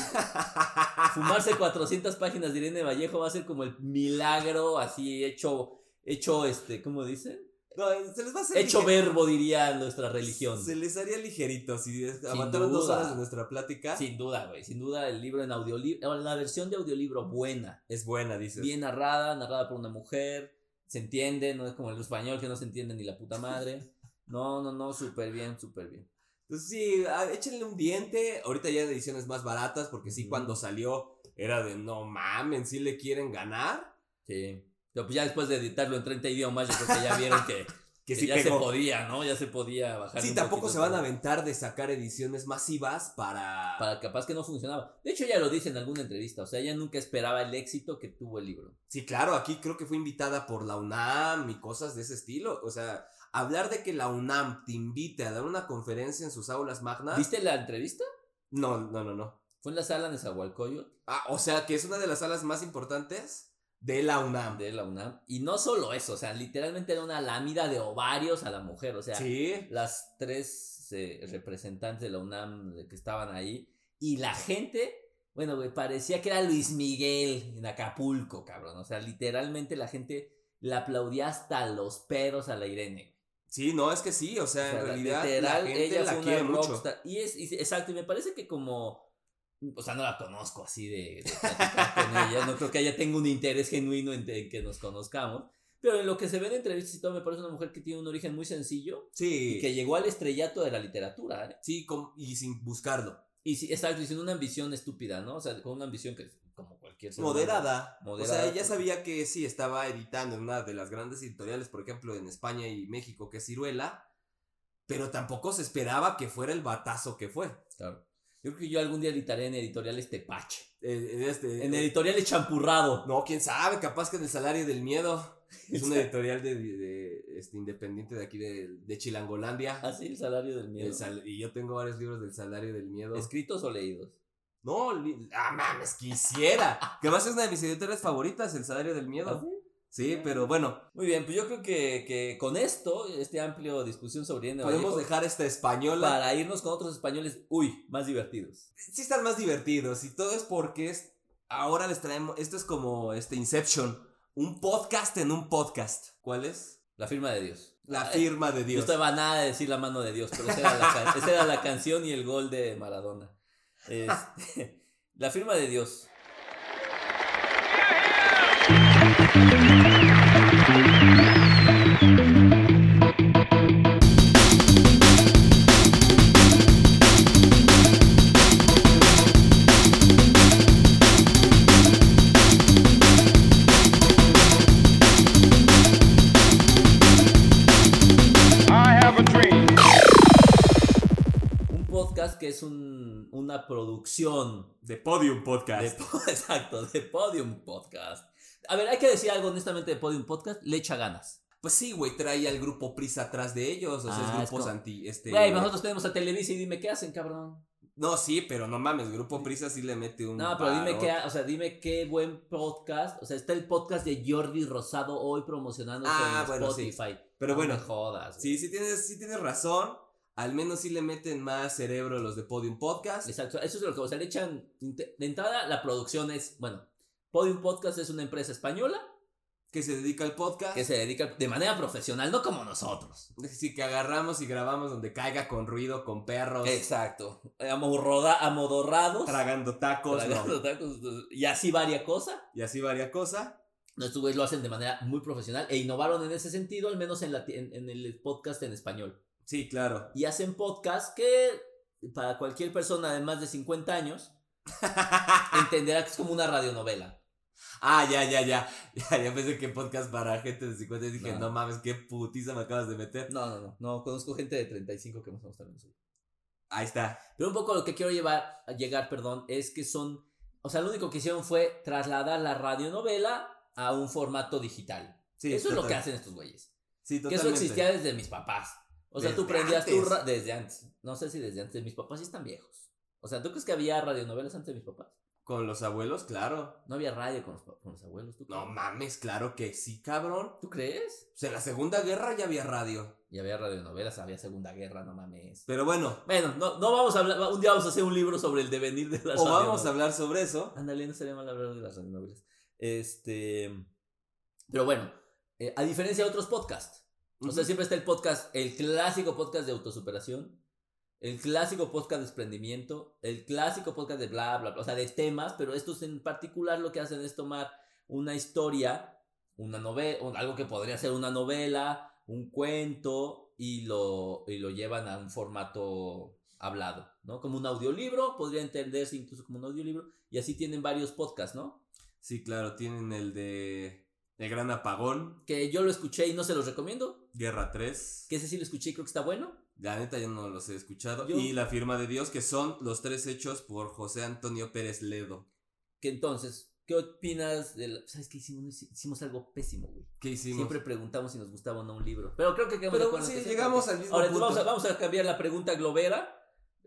fumarse 400 páginas de Irene Vallejo va a ser como el milagro así hecho, hecho este, ¿cómo dicen? No, se les va a hacer Hecho lige- verbo, diría nuestra religión. Se les haría ligerito si es- aguantaron dos duda. horas de nuestra plática. Sin duda, güey. Sin duda, el libro en audiolibro, la versión de audiolibro buena, Es buena, dices. bien narrada, narrada por una mujer, se entiende, no es como el español que no se entiende ni la puta madre. No, no, no, súper bien, súper bien. Entonces sí, a- échenle un diente. Ahorita ya hay ediciones más baratas porque sí, Ujú. cuando salió era de no mamen, sí le quieren ganar. Sí. Pero pues ya después de editarlo en 30 idiomas, yo creo que ya vieron que Que, Que sí ya pegó. se podía, ¿no? Ya se podía bajar. Sí, un tampoco poquito se van a para- aventar de sacar ediciones masivas para... Para capaz que no funcionaba. De hecho, ya lo dice en alguna entrevista. O sea, ella nunca esperaba el éxito que tuvo el libro. Sí, claro, aquí creo que fue invitada por la UNAM y cosas de ese estilo. O sea, hablar de que la UNAM te invite a dar una conferencia en sus aulas magnas. ¿Viste la entrevista? No, no, no, no. Fue en la sala de Zahualcoyot Ah, o sea, que es una de las salas más importantes de la UNAM. de la UNAM. Y no solo eso, o sea, literalmente era una lámina de ovarios a la mujer. O sea, Sí. las tres eh, representantes de la UNAM de que estaban ahí. Y la gente, bueno, güey, parecía que era Luis Miguel en Acapulco, cabrón. O sea, literalmente la gente la aplaudía hasta los peros a la Irene. Sí, no, es que sí, o sea, O sea, en la- realidad la gente ella la fue una quiere mucho. rockstar. Y es, y- exacto, y me parece que como. O sea, no la conozco así de, de platicar con ella. No creo que ella tenga un interés genuino en, en que nos conozcamos. Pero en lo que se ve en entrevistas y todo, me parece una mujer que tiene un origen muy sencillo Sí, y que llegó al estrellato de la literatura. ¿eh? sí, com- y sin buscarlo. Y sí, exacto, y sin una ambición estúpida, ¿no? O sea, con una ambición que es como cualquier ser humano. Moderada. Moderada, O sea, ella pues. sabía que sí, estaba editando en una de las grandes editoriales, por ejemplo, en España y México, que es Ciruela, pero tampoco se esperaba que fuera el batazo que fue. Claro. Yo creo que yo algún día editaré en editoriales tepache. Eh, En este, En editoriales champurrado. No, quién sabe, capaz que en el salario del miedo. Es una editorial de, de- este, independiente de aquí de, de Chilangolandia. Así el salario del Ah, miedo. El sal- y yo tengo varios libros del salario del miedo. ¿Escritos o leídos? No, li- ah, mames, quisiera. que más es una de mis editoriales favoritas, el salario del miedo. ¿Así? Sí, pero bueno, Muy bien, pues yo creo que, que con esto, este amplio discusión sobre Irene podemos Vallejo, dejar esta española. para irnos con otros españoles, uy, más divertidos. sí están más divertidos y todo es porque es, ahora les traemos, esto es como este Inception, un podcast en un podcast. ¿Cuál es? La firma de Dios. La Ay, firma de Dios. No Eh, estaba nada de decir la mano de Dios, pero esa era la, can- esa era la canción y el gol de Maradona. Este, la firma de Dios. I have a dream. Un podcast que es un- una producción De Podium de, Podcast. po- exacto, de Podium Podcast. A ver, hay que decir algo honestamente de Podium Podcast, le echa ganas. Pues sí, güey, trae al grupo Prisa atrás de ellos, o sea, Ah, es es grupos como- anti... Este... Güey, nosotros tenemos a Televisa y dime qué hacen, cabrón. No, sí, pero no mames, grupo Prisa sí le mete un... No, pero dime varo. qué, o sea, dime qué buen podcast. O sea, está el podcast de Jordi Rosado hoy promocionándose Ah, en bueno, sí. Spotify. Pero bueno, No me jodas. güey. sí, sí tienes, sí tienes razón, al menos sí le meten más cerebro los de Podium Podcast. Exacto. Eso es lo que, o sea, le echan. inte- De entrada, la producción es, bueno, Podium Podcast es una empresa española que se dedica al podcast. que se dedica de manera profesional, no como nosotros. Sí, que agarramos y grabamos donde caiga con ruido, con perros, Exacto. Eh, Amorroda- amodorrados. tragando tacos no, tragando tacos, Y así varia cosa. y así varia cosa. Nuestros güeyes lo hacen de manera muy profesional e innovaron en ese sentido, al menos en, la, en- en el podcast en español. Sí, claro. y hacen podcast que para cualquier persona de más de 50 años entenderá que es como una radionovela. Ah, ya, ya, ya. Ya, ya pensé que podcast para gente de 50 y dije, No. no, mames, qué putiza me acabas de meter. No, no, no, no, conozco gente de 35 que más o menos también soy. Ahí está. Pero un poco lo que quiero llevar, a llegar, perdón, es que son, o sea, lo único que hicieron fue trasladar la radionovela a un formato digital. Sí, Eso es lo total- que hacen estos güeyes. Sí, Que totalmente. eso existía desde mis papás. O sea, tú Desde prendías tu antes. ra- desde antes. No sé si desde antes, mis papás sí están viejos. O sea, ¿tú crees que había radionovelas antes de mis papás? Con los abuelos, claro. No había radio con los, pa- con los abuelos. ¿Tú No crees? mames, claro que sí, cabrón. ¿Tú crees? O sea, en la Segunda Guerra ya había radio. Y había radionovelas, había Segunda Guerra, no mames. Pero bueno, Bueno, no, no vamos a hablar, un día vamos a hacer un libro sobre el devenir de las o vamos a radionovelas. hablar sobre eso. Ándale, no sería mal hablar de las radionovelas. Este... Pero bueno, eh, a diferencia de otros podcasts, o sea, siempre está el podcast, el clásico podcast de autosuperación, el clásico podcast de desprendimiento, el clásico podcast de bla, bla, bla, o sea, de temas, pero estos en particular lo que hacen es tomar una historia, una novela, algo que podría ser una novela, un cuento, y lo, y lo llevan a un formato hablado, ¿no? Como un audiolibro, podría entenderse incluso como un audiolibro, y así tienen varios podcasts, ¿no? Sí, claro, tienen el de El Gran Apagón, Que yo lo escuché y no se los recomiendo, Guerra 3. que ese sí lo escuché y creo que está bueno. La neta yo no los he escuchado. Yo- Y La firma de Dios, que son los tres hechos por José Antonio Pérez Ledo. que entonces ¿Qué opinas del.? ¿Sabes qué hicimos? Hicimos algo pésimo, güey. ¿Qué hicimos? Siempre preguntamos si nos gustaba o no un libro. Pero creo que quedamos Pero de acuerdo en sí, que llegamos al mismo Ahora punto. Vamos, a, vamos a cambiar la pregunta globera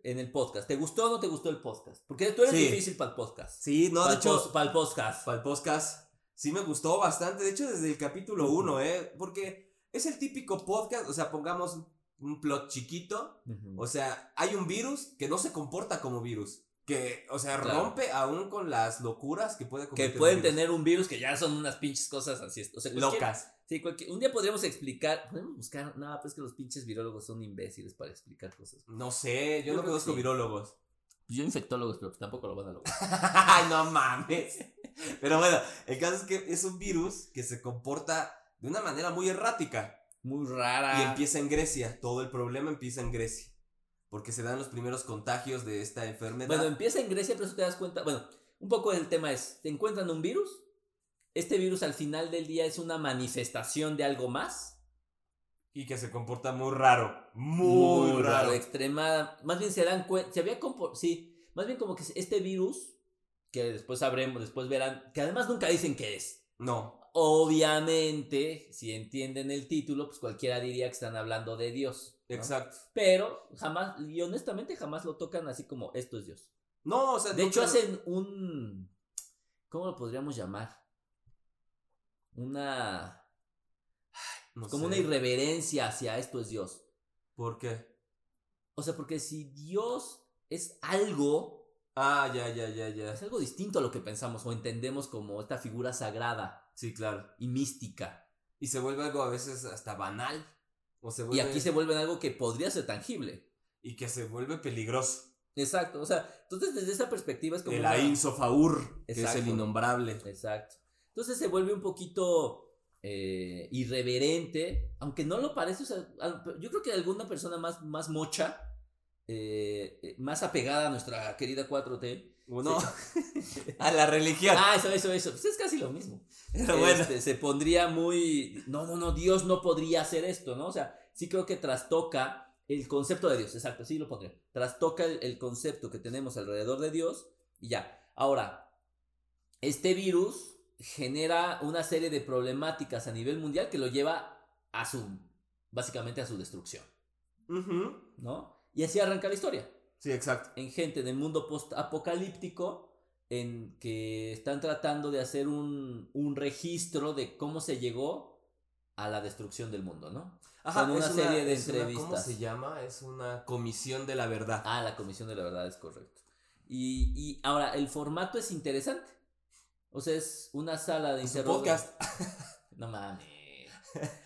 en el podcast. ¿Te gustó o no te gustó el podcast? Porque tú eres Sí. difícil para el podcast. Sí, no, para, de el hecho, pos- para el podcast. para el podcast sí me gustó bastante. De hecho, desde el capítulo 1, ¿eh? Porque es el típico podcast, o sea, pongamos un plot chiquito. Ujú. O sea, hay un virus que no se comporta como virus. Que, o sea, Claro. rompe aún con las locuras que puede que cometer un pueden virus. tener un virus que ya son unas pinches cosas así. O sea, cualquier- Locas. Sí, cualquier- un día podríamos explicar. Podemos buscar. No, pero es que los pinches virólogos son imbéciles para explicar cosas. No sé, yo, Yo no creo que conozco sí. virólogos. Yo infectólogos, pero tampoco lo van a lograr. Ay, no mames. Pero bueno, el caso es que es un virus que se comporta de una manera muy errática. Muy Y rara. empieza en Grecia. Todo el problema empieza en Grecia. Porque se dan los primeros contagios de esta enfermedad. Bueno, empieza en Grecia, pero eso te das cuenta. Bueno, un poco el tema es: te encuentran un virus. Este virus al final del día es una manifestación de algo más. y que se comporta muy raro. Muy, raro. Extremada. Más bien se dan cuenta. Se había compor- Sí, más bien como que este virus, que después sabremos, después verán, que además nunca dicen qué es. No. Obviamente, si entienden el título, pues cualquiera diría que están hablando de Dios. ¿no? Exacto. Pero jamás, y honestamente jamás lo tocan así como esto es Dios. No, o sea, De no hecho, creo- hacen un. ¿Cómo lo podríamos llamar? Una. no Como sé. una irreverencia hacia esto es Dios. ¿Por qué? O sea, porque si Dios es algo, Ah, ya, ya, ya, ya. es algo distinto a lo que pensamos o entendemos como esta figura sagrada Sí, claro. y mística. Y se vuelve algo a veces hasta banal. O se Y vuelve... aquí se vuelve en algo que podría ser tangible. y que se vuelve peligroso. Exacto, o sea, entonces desde esa perspectiva es como. El una- Ain Sofaur, que es Exacto. el innombrable. Exacto. Entonces se vuelve un poquito eh, irreverente, aunque no lo parece. o sea, al- yo creo que alguna persona más, más mocha, eh, eh, más apegada a nuestra querida 4T. Uno a la religión. Ah, eso, eso, eso. Pues es casi lo mismo. Pero bueno. Este, se pondría muy. No, no, no, Dios no podría hacer esto, ¿no? O sea, sí creo que trastoca el concepto de Dios, exacto, sí lo pondría. Trastoca el, el concepto que tenemos alrededor de Dios y ya. Ahora, este virus genera una serie de problemáticas a nivel mundial que lo lleva a su. básicamente a su destrucción, Ujú. ¿no? Y así arranca la historia Sí, exacto. en gente del mundo post-apocalíptico en que están tratando de hacer un, un registro de cómo se llegó a la destrucción del mundo, ¿no? Con una serie de es una- ¿Cómo entrevistas. se llama? Es una comisión de la verdad. Ah, la Comisión de la Verdad es correcto. Y, y ahora, el formato es interesante. O sea, es una sala de Es un interrogatorios. podcast. No mames.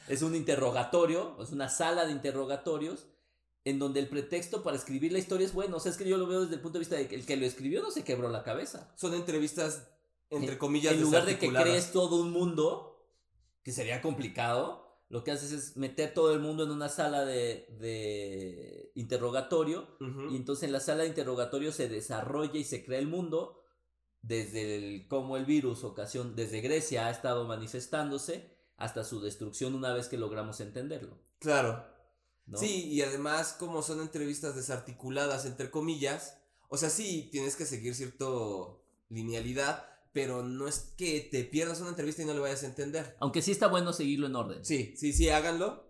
Es un interrogatorio, es una sala de interrogatorios en donde el pretexto para escribir la historia es bueno. O sea, es que yo lo veo desde el punto de vista de que el que lo escribió no se quebró la cabeza. Son entrevistas, entre En- comillas, en lugar de que desarticuladas. crees todo un mundo, que sería complicado, lo que haces es meter todo el mundo en una sala de, de interrogatorio Ujú. y entonces en la sala de interrogatorio se desarrolla y se crea el mundo desde el, cómo el virus ocasión desde Grecia ha estado manifestándose hasta su destrucción una vez que logramos entenderlo. Claro. ¿no? Sí, y además, como son entrevistas desarticuladas, entre comillas, o sea, sí, tienes que seguir cierto linealidad, pero no es que te pierdas una entrevista y no lo vayas a entender. Aunque sí está bueno seguirlo en orden. Sí, sí, sí, háganlo.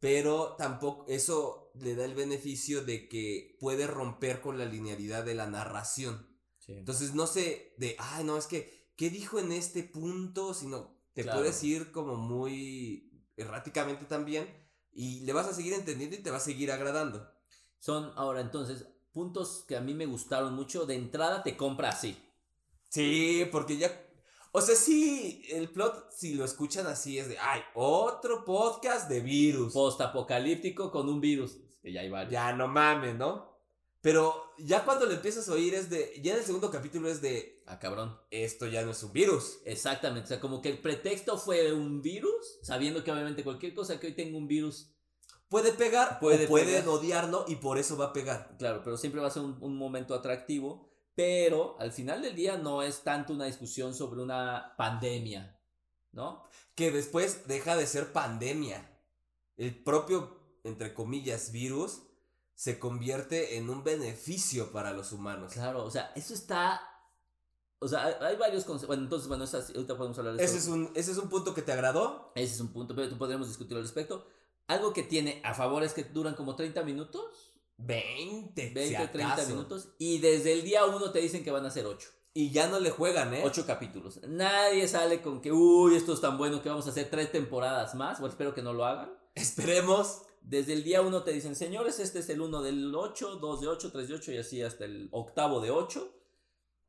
Pero tampoco, eso le da el beneficio de que puede romper con la linealidad de la narración. Sí. Entonces no sé de, ay, no, es que, ¿qué dijo en este punto? Sino, te Claro. puedes ir como muy erráticamente también y le vas a seguir entendiendo y te va a seguir agradando. Son ahora entonces puntos que a mí me gustaron mucho. De entrada te compra así. Sí, porque ya... O sea, sí, el plot, si lo escuchan así, es de, ay, otro podcast de virus. postapocalíptico con un virus. Que ya hay varios. Ya no mames, ¿no? Pero ya cuando lo empiezas a oír es de, ya en el segundo capítulo es de, Ah, cabrón. esto ya no es un virus. Exactamente. O sea, como que el pretexto fue un virus, sabiendo que obviamente cualquier cosa que hoy tenga un virus, Puede pegar, Puede puede o pueden pegar. odiarlo y por eso va a pegar. claro, pero siempre va a ser un, un momento atractivo. Pero al final del día no es tanto una discusión sobre una pandemia, ¿no? que después deja de ser pandemia. El propio, entre comillas, virus se convierte en un beneficio para los humanos. Claro, o sea, eso está O sea, hay, hay varios conceptos. Bueno, entonces, bueno, esa sí- ahorita podemos hablar de eso. Ese es, un, ese es un punto que te agradó. Ese es un punto, pero podremos discutir al respecto. Algo que tiene a favor es que duran como 30 minutos, 20, 20, si 30 acaso. minutos, y desde el día 1 te dicen que van a ser 8. Y ya no le juegan, ¿eh? 8 capítulos. Nadie sale con que, uy, esto es tan bueno que vamos a hacer 3 temporadas más. Bueno, espero que no lo hagan. Esperemos. Desde el día 1 te dicen, señores, este es el 1 del 8, 2 de 8, 3 de 8 y así hasta el octavo de 8.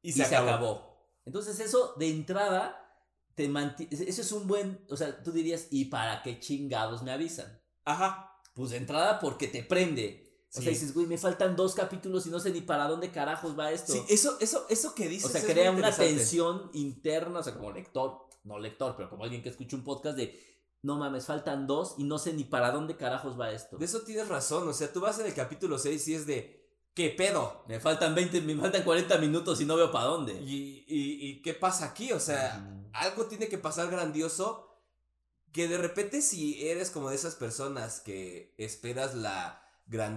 Y, se, acabó. Entonces eso de entrada te manti- eso es un buen, o sea, tú dirías, ¿y para qué chingados me avisan? Ajá. Pues de entrada porque te prende. O Sí. sea, dices, güey, me faltan dos capítulos y no sé ni para dónde carajos va esto. Sí, eso, eso, eso que dices. o sea, es muy crea una interesante. tensión interna, o sea, como lector, no lector, pero como alguien que escucha un podcast de, no mames, faltan dos y no sé ni para dónde carajos va esto. De eso tienes razón. O sea, tú vas en el capítulo 6 y es de. ¿Qué pedo? Me faltan 20, me faltan 40 minutos y no veo para dónde. ¿Y, y, y qué pasa aquí? O sea, Ujú. algo tiene que pasar grandioso. Que de repente, si eres como de esas personas que esperas la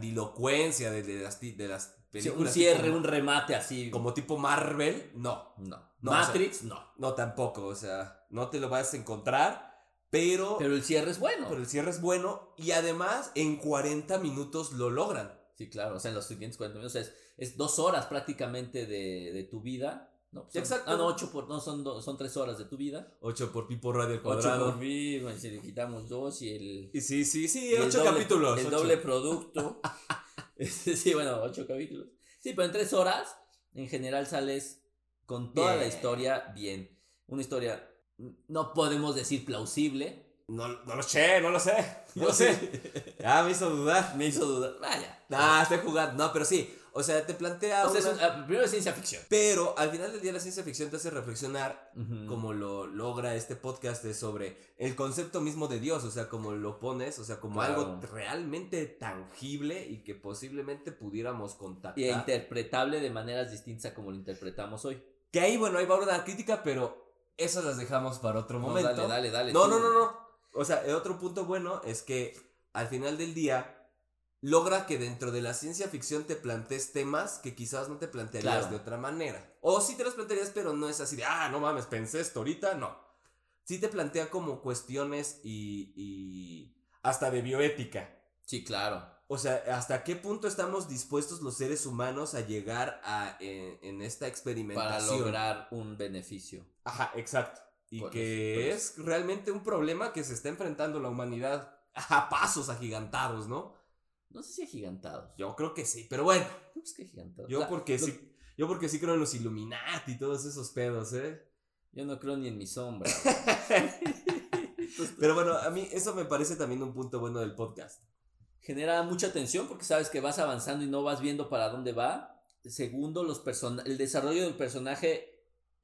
grandilocuencia de, de las, ti- de las Sí, películas. un cierre, tipo- un remate así. Como tipo Marvel, no. No. No, Matrix, no. No, tampoco, o sea, no te lo vas a encontrar, pero, pero, Pero el cierre es bueno. el cierre es bueno y además en 40 minutos lo logran. Sí, claro. O sea, en los siguientes 40 minutos es, es dos horas prácticamente de, de tu vida. No, pues son- Exacto. Ah, no, ocho por. No, son, do- son tres horas de tu vida. 8 por pi por radio al Ocho cuadrado. por vivo, si le quitamos dos y el. Y sí, sí, sí, y el 8 doble- capítulos. El ocho. doble producto. Este, sí, bueno, ocho capítulos. Sí, pero en tres horas, en general sales con toda la Bien. historia bien. Una historia, no podemos decir plausible. No, no lo sé, no lo sé. No lo Yo sé. Ya me hizo dudar. Me hizo dudar. Vaya. Nah, estoy jugando. No, pero sí. O sea, te plantea. O sea, es una- un- ah, primero es ciencia ficción. Pero al final del día la ciencia ficción te hace reflexionar como lo logra este podcast de sobre el concepto mismo de Dios, o sea, como lo pones, o sea, como Claro. algo realmente tangible y que posiblemente pudiéramos contactar. Y interpretable de maneras distintas a como lo interpretamos hoy. que ahí, bueno, ahí va una crítica, pero esas las dejamos para otro No, momento. dale, dale, dale. No, tú. no, no, no. O sea, el otro punto bueno es que al final del día logra que dentro de la ciencia ficción te plantees temas que quizás no te plantearías Claro. de otra manera. O sí te los plantearías, pero no es así de, ah, no mames, pensé esto ahorita, no. Sí te plantea como cuestiones y, y hasta de bioética. Sí, claro. O sea, ¿hasta qué punto estamos dispuestos los seres humanos a llegar a, en, en esta Para experimentación? lograr un beneficio. Ajá, exacto. Y Por que eso, es realmente un problema que se está enfrentando la humanidad a pasos agigantados, ¿no? No sé si agigantados. Yo creo que sí, pero bueno, creo que agigantados. yo O sea, porque lo- sí, yo porque sí creo en los Illuminati y todos esos pedos, ¿eh? Yo no creo ni en mi sombra. Pero bueno, a mí eso me parece también un punto bueno del podcast. Genera mucha tensión porque sabes que vas avanzando y no vas viendo para dónde va. Segundo, los person- el desarrollo del personaje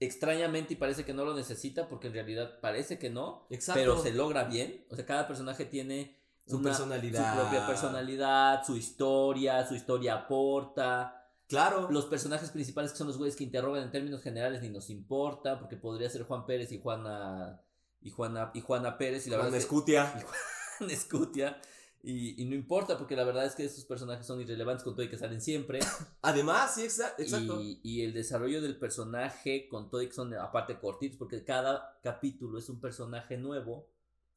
extrañamente y parece que no lo necesita porque en realidad parece que no. Exacto. pero se logra bien. O sea, cada personaje tiene Su una- personalidad. su propia personalidad, su historia, su historia aporta. Claro. Los personajes principales que son los güeyes que interrogan en términos generales ni nos importa, porque podría ser Juan Pérez y Juana y Juana y Juana Pérez y la Juan verdad Escutia. es que Escutia y, y no importa porque la verdad es que esos personajes son irrelevantes con todo y que salen siempre Además, sí, exa- exacto. y, y el desarrollo del personaje con todo y que son aparte cortitos porque cada capítulo es un personaje nuevo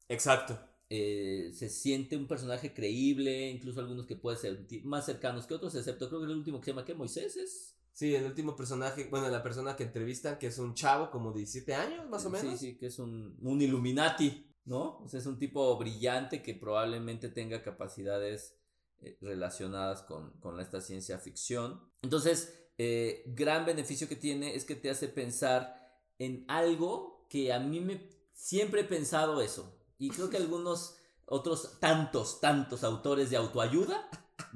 Exacto. eh, se siente un personaje creíble, incluso algunos que pueden ser ti- más cercanos que otros, excepto creo que el último que se llama ¿qué? Moisés es. Sí, el último personaje, bueno, la persona que entrevistan, que es un chavo como de 17 años, más o Eh, menos. Sí, sí, que es un, un Illuminati, ¿no? O sea, es un tipo brillante que probablemente tenga capacidades eh, relacionadas con, con esta ciencia ficción. Entonces, eh, gran beneficio que tiene es que te hace pensar en algo que a mí me siempre he pensado eso. Y creo que algunos otros tantos, tantos autores de autoayuda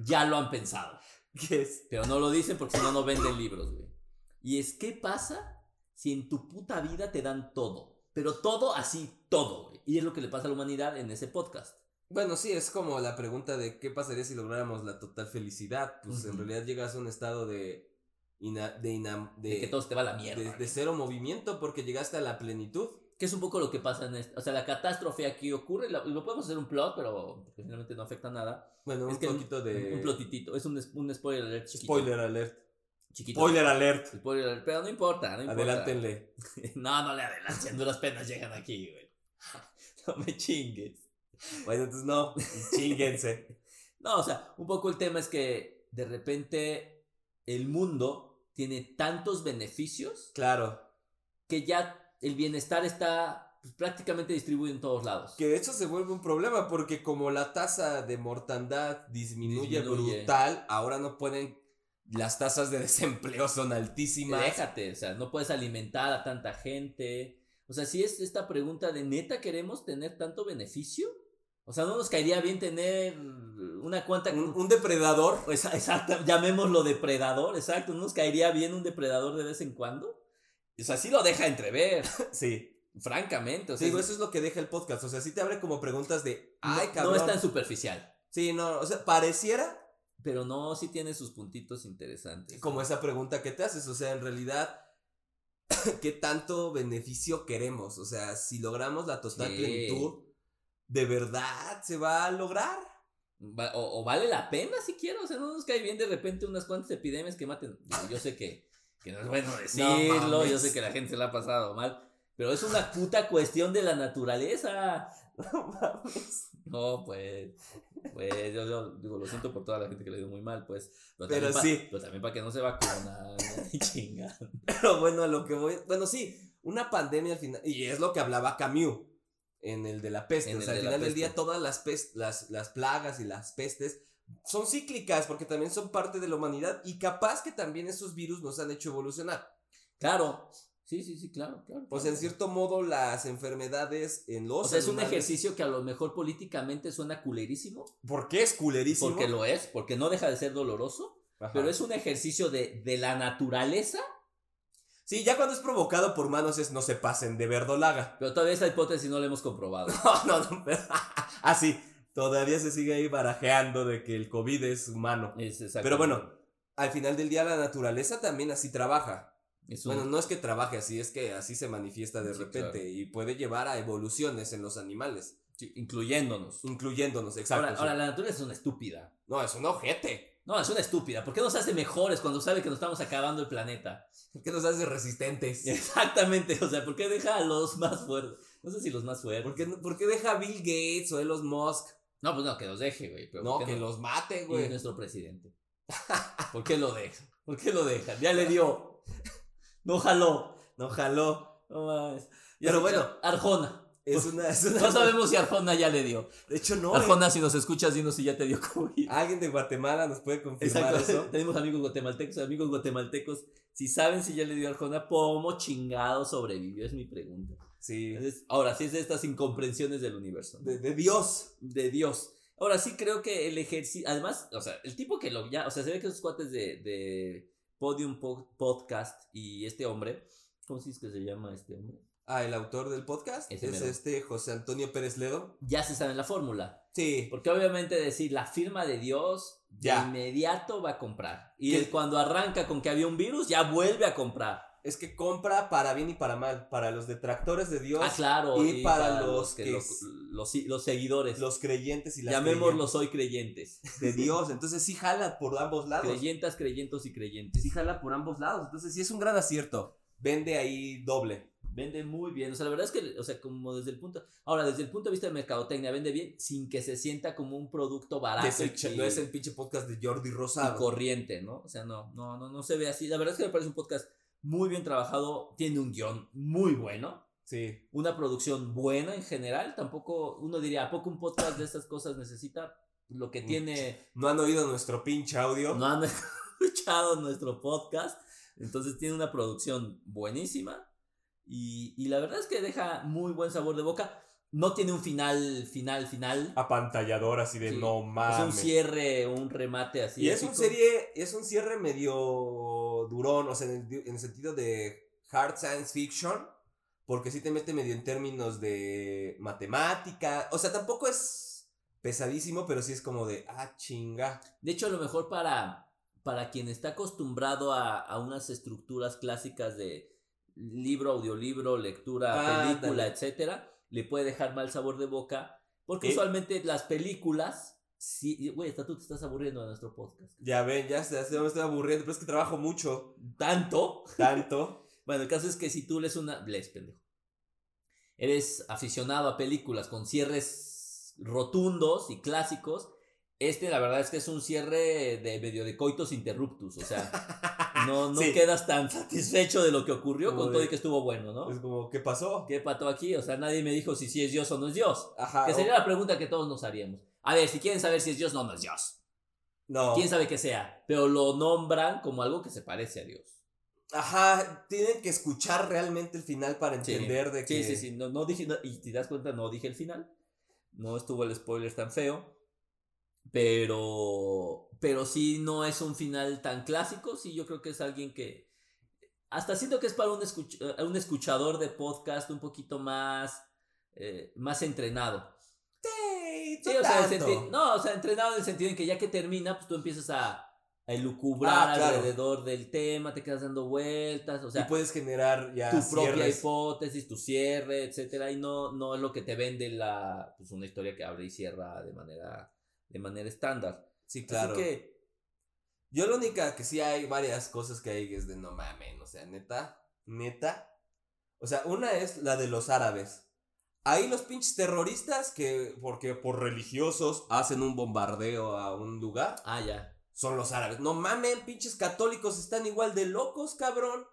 ya lo han pensado. Que es Pero no lo dicen porque si no, no venden libros, güey. Y es, ¿qué pasa si en tu puta vida te dan todo? Pero todo así, todo, güey. Y es lo que le pasa a la humanidad en ese podcast. Bueno, sí, es como la pregunta de qué pasaría si lográramos la total felicidad. Pues en Ujú. realidad llegas a un estado de. ina- de, ina- de, De, que todo se te va a la mierda. de- güey. de cero movimiento porque llegaste a la plenitud. Que es un poco lo que pasa en este. O sea, la catástrofe aquí ocurre. la- lo podemos hacer un plot, pero porque finalmente no afecta nada. Bueno, Es un que poquito de. Un plotitito. Es un, es- un spoiler alert. chiquito. Spoiler alert. Chiquito. Spoiler alert. Spoiler alert, Pero no importa, no importa. Adelántenle. No, no le adelanten. Duras penas llegan aquí, güey. No me chingues. Bueno, entonces no. Chinguense. No, o sea, un poco el tema es que de repente el mundo tiene tantos beneficios Claro. que ya el bienestar está pues, prácticamente distribuido en todos lados. Que de hecho se vuelve un problema porque como la tasa de mortandad disminuye, Disminuye. brutal, ahora no pueden, las tasas de desempleo son altísimas. Déjate, o sea, no puedes alimentar a tanta gente. O sea, si es esta pregunta de neta queremos tener tanto beneficio, o sea, no nos caería bien tener una cuanta Un, un depredador. Pues, exacto, llamémoslo depredador, exacto. ¿No nos caería bien un depredador de vez en cuando? O sea, sí lo deja entrever, Sí. francamente. O Te sea, digo, es- eso es lo que deja el podcast. O sea, sí te abre como preguntas de, no- ay, no cabrón. es tan superficial, Sí, no, o sea, pareciera pero no, sí tiene sus puntitos interesantes. como esa pregunta que te haces, o sea, en realidad, ¿qué tanto beneficio queremos? O sea, si logramos la total Sí. plenitud, ¿de verdad se va a lograr? Va- o, o vale la pena siquiera, o sea, no nos cae bien de repente unas cuantas epidemias que maten. Digo, Yo sé que, que no es bueno decirlo, mames. yo sé que la gente se la ha pasado mal, pero es una puta cuestión de la naturaleza. No mames. No, pues, pues yo, yo digo, lo siento por toda la gente que le dio muy mal, pues. Pero también pa- sí. pero también para que no se vacunan, y chinga. Pero bueno, a lo que voy. Bueno, sí, una pandemia al final. Y es lo que hablaba Camus en el de la peste. En o el sea, al de la final del peste. día, todas las, pes- las, las plagas y las pestes son cíclicas porque también son parte de la humanidad y capaz que también esos virus nos han hecho evolucionar. Claro, sí, sí, sí, claro, claro. Pues claro. en cierto modo, las enfermedades en los. O sea, es un animales- ejercicio que a lo mejor políticamente suena culerísimo, ¿Por qué es culerísimo? porque lo es, porque no deja de ser doloroso, Ajá. pero es un ejercicio de, de la naturaleza, Sí, ya cuando es provocado por manos es no se pasen de verdolaga. pero todavía esa hipótesis no la hemos comprobado. No, no, no. pero- Ah, sí. Todavía se sigue ahí barajeando de que el COVID es humano. Es exacto- Pero bueno, al final del día la naturaleza también así trabaja. es un- Bueno, no es que trabaje así, es que así se manifiesta de Sí, repente claro. y puede llevar a evoluciones en los animales, sí, incluyéndonos. incluyéndonos, exacto. Ahora, sí. ahora, la naturaleza es una estúpida. No, es un ojete. No, es una estúpida. ¿Por qué nos hace mejores cuando sabe que nos estamos acabando el planeta? ¿Qué nos hace resistentes? Exactamente, o sea, ¿por qué deja a los más fuertes? No sé si los más fuertes. ¿Por qué, no- por qué deja a Bill Gates o Elon Musk? No, pues no, que los deje, güey. pero No, ¿por qué que los mate, Y güey. nuestro presidente. ¿Por qué lo deja? ¿Por qué lo dejan? Ya le dio. No jaló. No jaló. No mames. Y Pero así, bueno. Arjona. Pues, Es una, es una- No sabemos si Arjona ya le dio. De hecho, no. eh. Ah, Arjona, si nos escuchas, dinos si ya te dio COVID. Alguien de Guatemala nos puede confirmar Exacto. eso. Tenemos amigos guatemaltecos, amigos guatemaltecos. Si saben si ya le dio Arjona, ¿cómo chingado sobrevivió? Es mi pregunta. Sí. Entonces, ahora sí es de estas incomprensiones del universo. ¿no? De, de Dios. de Dios. Ahora sí creo que el ejercicio, además, o sea, el tipo que lo ya, o sea, se ve que esos cuates de, de Podium Po- Podcast y este hombre, ¿cómo se dice que se llama este hombre? Ah, el autor del podcast Ese es mero. este José Antonio Pérez Ledo. Ya se sabe la fórmula. Sí. Porque obviamente decir la firma de Dios, de Ya. inmediato va a comprar. Y ¿Qué? él cuando arranca con que había un virus, ya vuelve a comprar. Es que compra para bien y para mal. Para los detractores de Dios, Ah, claro. y para los que lo- es- los, los seguidores. los creyentes y las Llamémoslos hoy creyentes. creyentes de Dios. Entonces sí jala por ambos lados. Creyentas, creyentos y creyentes. Sí jala por ambos lados. Entonces sí es un gran acierto. Vende ahí doble. Vende muy bien. O sea, la verdad es que, o sea, como desde el punto. Ahora, desde el punto de vista de mercadotecnia, vende bien sin que se sienta como un producto barato Que es el y- che- y, no es el pinche podcast de Jordi y Rosado. corriente, ¿no? O sea, no, no, no, no se ve así. La verdad es que me parece un podcast muy bien trabajado. Tiene un guión muy bueno. Sí. Una producción buena en general. Tampoco, uno diría, ¿a poco un podcast de estas cosas necesita lo que tiene? No han oído nuestro pinche audio. No han escuchado nuestro podcast. Entonces tiene una producción buenísima. Y, y la verdad es que deja muy buen sabor de boca. No tiene un final, final, final. Apantallador así de Sí. no es un mames. cierre, un remate así. Ah, Y es épico. un serie, es un cierre medio durón, o sea, en el, en el sentido de hard science fiction, porque sí te mete medio en términos de matemática, o sea, tampoco es pesadísimo, pero sí es como de, ah, chinga. De hecho, a lo mejor para, para quien está acostumbrado a, a unas estructuras clásicas de libro, audiolibro, lectura, Ah, película, ándale. etcétera, le puede dejar mal sabor de boca. Porque ¿Eh? usualmente las películas Sí, güey, hasta tú te estás aburriendo de nuestro podcast. Ya ven, ya, sé, ya me estoy aburriendo, pero es que trabajo mucho, ¿Tanto? tanto. Bueno, el caso es que si tú lees una. Lees, pendejo. Eres aficionado a películas con cierres rotundos y clásicos. Este, la verdad es que es un cierre de medio de coitos interruptus. O sea, no, no Sí. quedas tan satisfecho de lo que ocurrió Como con todo de- y que estuvo bueno, ¿no? es como, ¿qué pasó? ¿Qué pato aquí? O sea, nadie me dijo si sí es Dios o no es Dios. Ajá. Que o- sería la pregunta que todos nos haríamos. A ver, si quieren saber si es Dios, no, no es Dios. No. Quién sabe que sea. Pero lo nombran como algo que se parece a Dios. Ajá, tienen que escuchar realmente el final para Sí. entender de Sí, que... sí, sí. No, no dije, no- y te das cuenta, no dije el final. No estuvo el spoiler tan feo. Pero, pero sí, no es un final tan clásico. Sí, yo creo que es alguien que. Hasta siento que es para un, escuch- eh, un escuchador de podcast un poquito más, eh, más entrenado. Sí, Sí, no o sea, tanto. el senti- no, o sea, entrenado en el sentido en que ya que termina, pues tú empiezas a, a elucubrar Ah, claro. alrededor del tema, te quedas dando vueltas, o sea, y puedes generar ya tu propia cierres. hipótesis, tu cierre, etcétera, y no, no es lo que te vende la, pues una historia que abre y cierra de manera, de manera estándar. Sí, claro. Así que, Yo la única que sí hay varias cosas que hay que es de no mamen, o sea, neta, neta. O sea, una es la de los árabes. Ahí los pinches terroristas que porque por religiosos hacen un bombardeo a un lugar ah, ya. son los árabes. No mamen, pinches católicos están igual de locos, cabrón.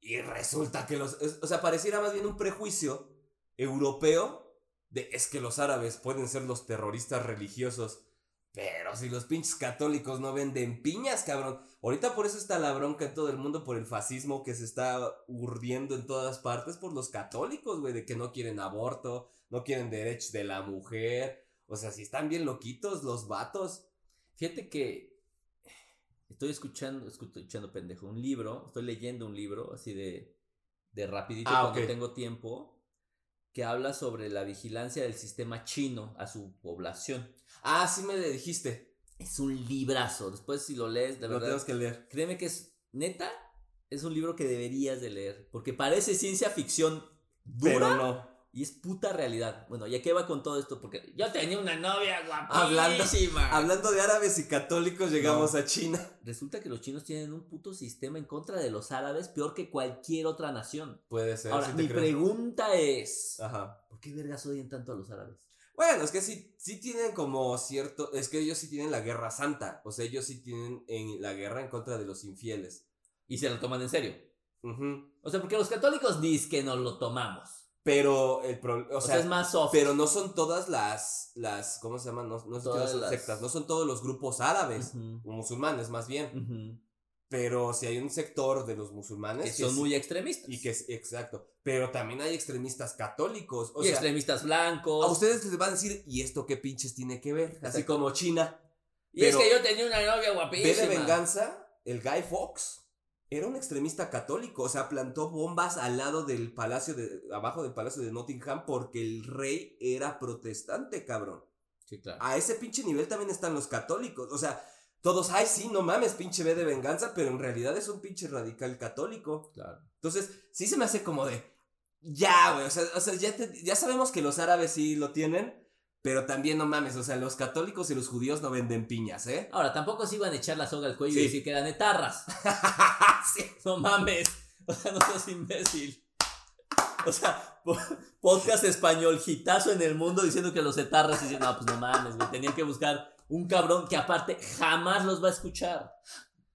Y resulta que los es- o sea, pareciera más bien un prejuicio europeo de es que los árabes pueden ser los terroristas religiosos. Pero si los pinches católicos no venden piñas, cabrón. Ahorita por eso está la bronca en todo el mundo por el fascismo que se está urdiendo en todas partes por los católicos, güey, de que no quieren aborto, no quieren derechos de la mujer. O sea, si están bien loquitos los vatos. Fíjate que estoy escuchando, escuchando pendejo, un libro, estoy leyendo un libro así de, de rapidito Ah, cuando ok. tengo tiempo, que habla sobre la vigilancia del sistema chino a su población. Ah, sí me le dijiste. Es un librazo, después si lo lees, de Lo verdad. tenemos que leer. Créeme que es, neta, es un libro que deberías de leer, porque parece ciencia ficción dura Pero no. y es puta realidad. Bueno, ¿y a qué va con todo esto? Porque yo tenía una novia Hablando- guapísima. Hablando de árabes y católicos, llegamos a China. Resulta que los chinos tienen un puto sistema en contra de los árabes peor que cualquier otra nación. Puede ser. Ahora, sí te mi creo. Ah. pregunta es, Ajá. ¿por qué vergas odian tanto a los árabes? Bueno, es que sí, sí tienen como cierto, es que ellos sí tienen la guerra santa, o sea, ellos sí tienen en la guerra en contra de los infieles. Y se lo toman en serio. Ujú. O sea, porque los católicos dicen que nos lo tomamos. Pero el pro- o, O, sea, sea, es más soft. pero no son todas las, las, ¿cómo se llaman? No, no es que Todas no son las- sectas, no son todos los grupos árabes, Ujú, o musulmanes más bien, ujú. pero si hay un sector de los musulmanes Que que son sí- muy extremistas. y que es exacto, pero también hay extremistas católicos, o y sea, extremistas a blancos. ustedes les van a decir, ¿y esto qué pinches tiene que ver? Así Exacto. como China. y es pero- que yo tenía una novia Ve de guapísima. venganza, el Guy Fox era un extremista católico, o sea, plantó bombas al lado del palacio de abajo del palacio de Nottingham porque el rey era protestante, cabrón. Sí, claro. A ese pinche nivel también están los católicos, o sea, todos, ay, sí, no mames, pinche B de venganza, pero en realidad es un pinche radical católico. claro. Entonces, sí se me hace como de ya, güey, o sea, o sea, ya, te- ya sabemos que los árabes sí lo tienen, pero también no mames, o sea, los católicos y los judíos no venden piñas, ¿eh? Ahora, tampoco se iban a echar la soga al cuello Sí. y decir que eran etarras. Sí. No mames. O sea, no seas imbécil. O sea, po- podcast español, hitazo en el mundo diciendo que los etarras dicen, no, pues no mames, güey. Tenían que buscar un cabrón que aparte jamás los va a escuchar.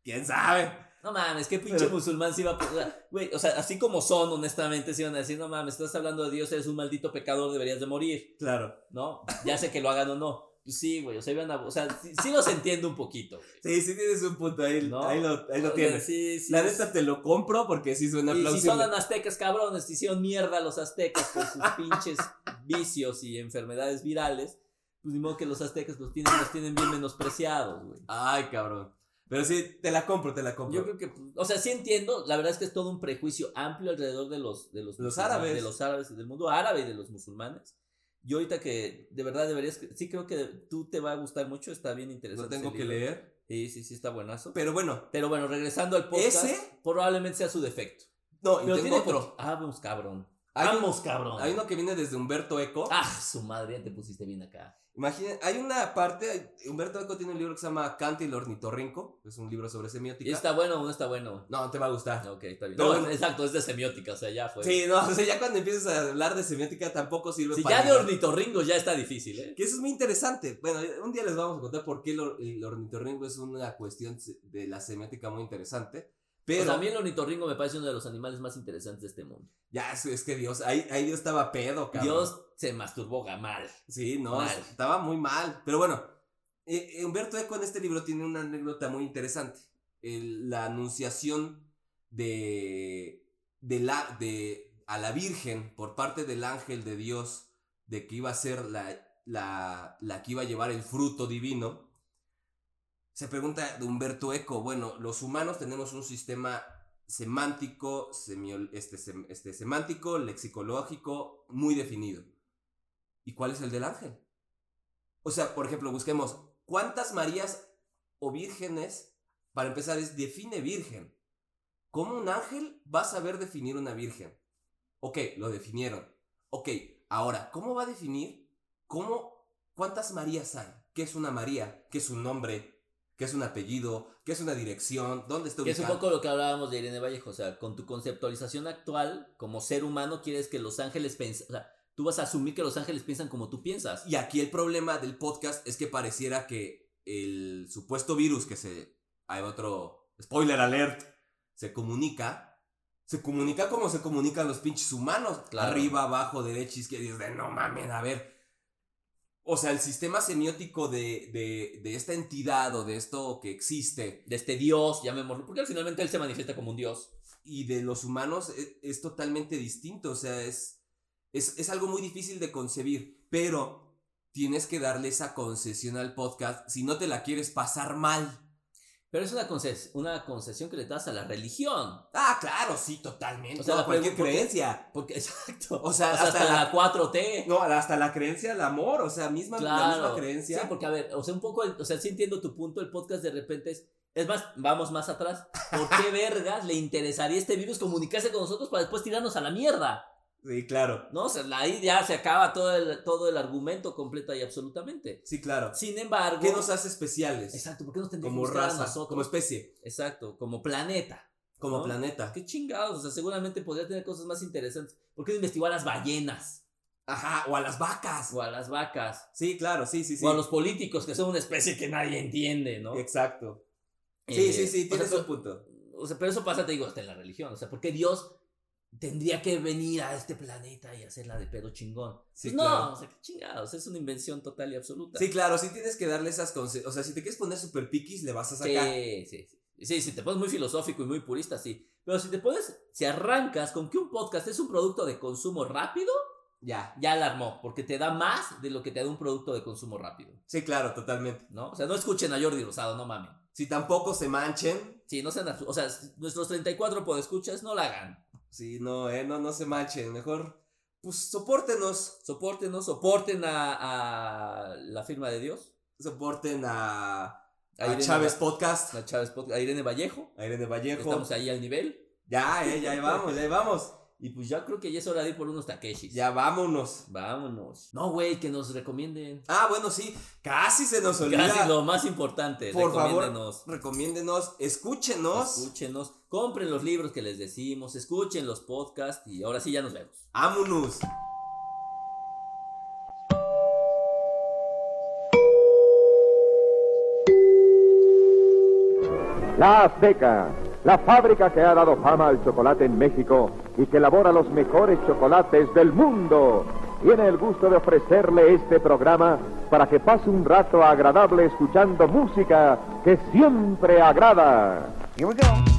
¿Quién sabe? No mames, qué pinche Pero- musulmán se iba a poner. Güey, o sea, así como son, honestamente, se iban a decir, no mames, estás hablando de Dios, eres un maldito pecador, deberías de morir. Claro. ¿no? Ya sé que lo hagan o no. Pues Sí, güey, o sea, iban a- o sea, sí, sí los entiendo un poquito. Sí, güey. sí tienes un punto, ahí, No. ahí lo, ahí lo O sea, tienes. Sí, sí. La neta te lo compro porque sí suena y si son plausible. aztecas, cabrones, te hicieron mierda los aztecas por sus pinches vicios y enfermedades virales, pues ni modo que los aztecas los tienen, los tienen bien menospreciados, güey. Ay, cabrón. Pero sí, te la compro, te la compro. Yo creo que, pues, o sea, sí entiendo, la verdad es que es todo un prejuicio amplio alrededor de los, de los, Los musulmanes, árabes. De los árabes, del mundo árabe y de los musulmanes. Yo ahorita que de verdad deberías, sí creo que tú te va a gustar mucho, está bien lo interesante. tengo ese que libro. leer. Sí, sí, sí, está buenazo. Pero Pero, bueno, bueno, regresando al podcast, ¿Ese? probablemente sea su defecto. no, y Pero tengo tiene otro. poqui- Ah, vamos, cabrón. Hay, un- Vamos, cabrón. hay uno que viene desde Humberto Eco. Ah, su madre, ya te pusiste bien acá. Imaginen, hay una parte, Humberto Eco tiene un libro que se llama Canta y el ornitorrinco, es un libro sobre semiótica. ¿Y ¿Está bueno o no está bueno? Ah, No, te va a gustar. Ok, está bien. No, No, no. exacto, es de semiótica, o sea, ya fue. Sí, no, o sea, ya cuando empiezas a hablar de semiótica tampoco sirve si para... ya de nada. ornitorringo ya está difícil, ¿eh? Que eso es muy interesante. Bueno, un día les vamos a contar por qué el, or- el ornitorrinco es una cuestión se- de la semiótica muy interesante. Pero Pero también el ornitorringo me parece uno de los animales más interesantes de este mundo. ya es, es que Dios, ahí, ahí Dios estaba pedo, cabrón. Dios se masturbó gamal. Sí, no, Mal. estaba muy mal. Pero bueno, eh, eh, Humberto Eco en este libro tiene una anécdota muy interesante. El- la anunciación de, de la, de, a la Virgen por parte del ángel de Dios de que iba a ser la, la, la que iba a llevar el fruto divino. Se pregunta de Humberto Eco, bueno, los humanos tenemos un sistema semántico, semio- este, sem- este, semántico, lexicológico, muy definido. ¿Y cuál es el del ángel? O sea, por ejemplo, busquemos cuántas Marías o vírgenes, para empezar, es define virgen. ¿Cómo un ángel va a saber definir una virgen? Ok, lo definieron. Ok, ahora, ¿cómo va a definir cómo, cuántas Marías hay? ¿Qué es una María? ¿Qué es un nombre? ¿Qué es un apellido? ¿Qué es una dirección? ¿Dónde está Que es un ubicada? poco lo que hablábamos de Irene Vallejo. O sea, con tu conceptualización actual, como ser humano, quieres que los ángeles piensen. O sea, tú vas a asumir que los ángeles piensan como tú piensas. Y aquí el problema del podcast es que pareciera que el supuesto virus que se. Hay otro. Spoiler alert. Se comunica. Se comunica como se comunican los pinches humanos. Claro. Arriba, abajo, derecha, izquierda. y es de, no mamen, a ver. O sea, el sistema semiótico de, de- de esta entidad o de esto que existe De este Dios, llamémoslo. Porque finalmente él se manifiesta como un Dios. y de los humanos es, es totalmente distinto. O sea, es, es, es algo muy difícil de concebir. Pero tienes que darle esa concesión al podcast si no te la quieres pasar mal. Pero es una, conces- una concesión que le das a la religión. Ah, claro, sí, totalmente. O sea, No, la cualquier pregunta- creencia. Porque, exacto. O sea, O sea, hasta, hasta la 4T. No, hasta la creencia al amor, o sea, misma, la claro. misma creencia. Sí, porque a ver, o sea, un poco, el- o sea, sí entiendo tu punto, el podcast de repente es. Es más, vamos más atrás. ¿Por qué vergas le interesaría a este virus comunicarse con nosotros para después tirarnos a la mierda? Sí, claro. No, o sea, ahí ya se acaba todo el, todo el argumento completa y absolutamente. Sí, claro. Sin embargo. ¿Qué nos hace especiales? Exacto, ¿por qué nos tendríamos Como que gustar a raza, nosotros? como especie, Exacto, como planeta. como ¿No? planeta. Qué chingados, o sea, seguramente podría tener cosas más interesantes. ¿Por qué no investigó a las ballenas? Ajá, o a las vacas. O a las vacas. Sí, claro, sí, sí, sí. O a los políticos, que son una especie que nadie entiende, ¿no? Exacto. Sí, Eh, sí, sí, o sea, tienes un punto. O sea, pero eso pasa, te digo, hasta en la religión. O sea, ¿por qué Dios tendría que venir a este planeta y hacerla de pedo chingón? Sí, Pues no, claro. o sea, qué chingados, es una invención total y absoluta. Sí, claro, sí tienes que darle esas conce- O sea, si te quieres poner super piquis, le vas a sacar. Sí, sí, sí. Sí, si te pones muy filosófico y muy purista, sí. Pero si te pones, si arrancas con que un podcast es un producto de consumo rápido, Ya. ya alarmó, porque te da más de lo que te da un producto de consumo rápido, Sí, claro, totalmente. ¿no? O sea, no escuchen a Jordi Rosado, no mamen. Si tampoco se manchen, Sí, no sean, absu- o sea, s- nuestros 34 podescuchas no la hagan. sí, no, eh, no, no se manchen. Mejor, pues sopórtenos. Soporten, no soporten a, a la firma de Dios. Soporten a, A a Irene Chávez Va- Podcast, a Chávez Podcast, a Irene Vallejo. a Irene Vallejo. Estamos ahí al nivel. Ya, eh, ya ahí vamos, ya ahí vamos. Y pues ya creo que ya es hora de ir por unos Takeshis. Ya vámonos. Vámonos. No, güey, que nos recomienden. Ah, bueno, sí, casi se nos olvida. Casi lo más importante. Por favor. recomiéndenos, Recomiéndenos, escúchenos. Escúchenos. Compren los libros que les decimos. Escuchen los podcasts. Y ahora sí, ya nos vemos. Ámonos. La Azteca, la fábrica que ha dado fama al chocolate en México y que elabora los mejores chocolates del mundo, tiene el gusto de ofrecerle este programa para que pase un rato agradable escuchando música que siempre agrada. Here we go.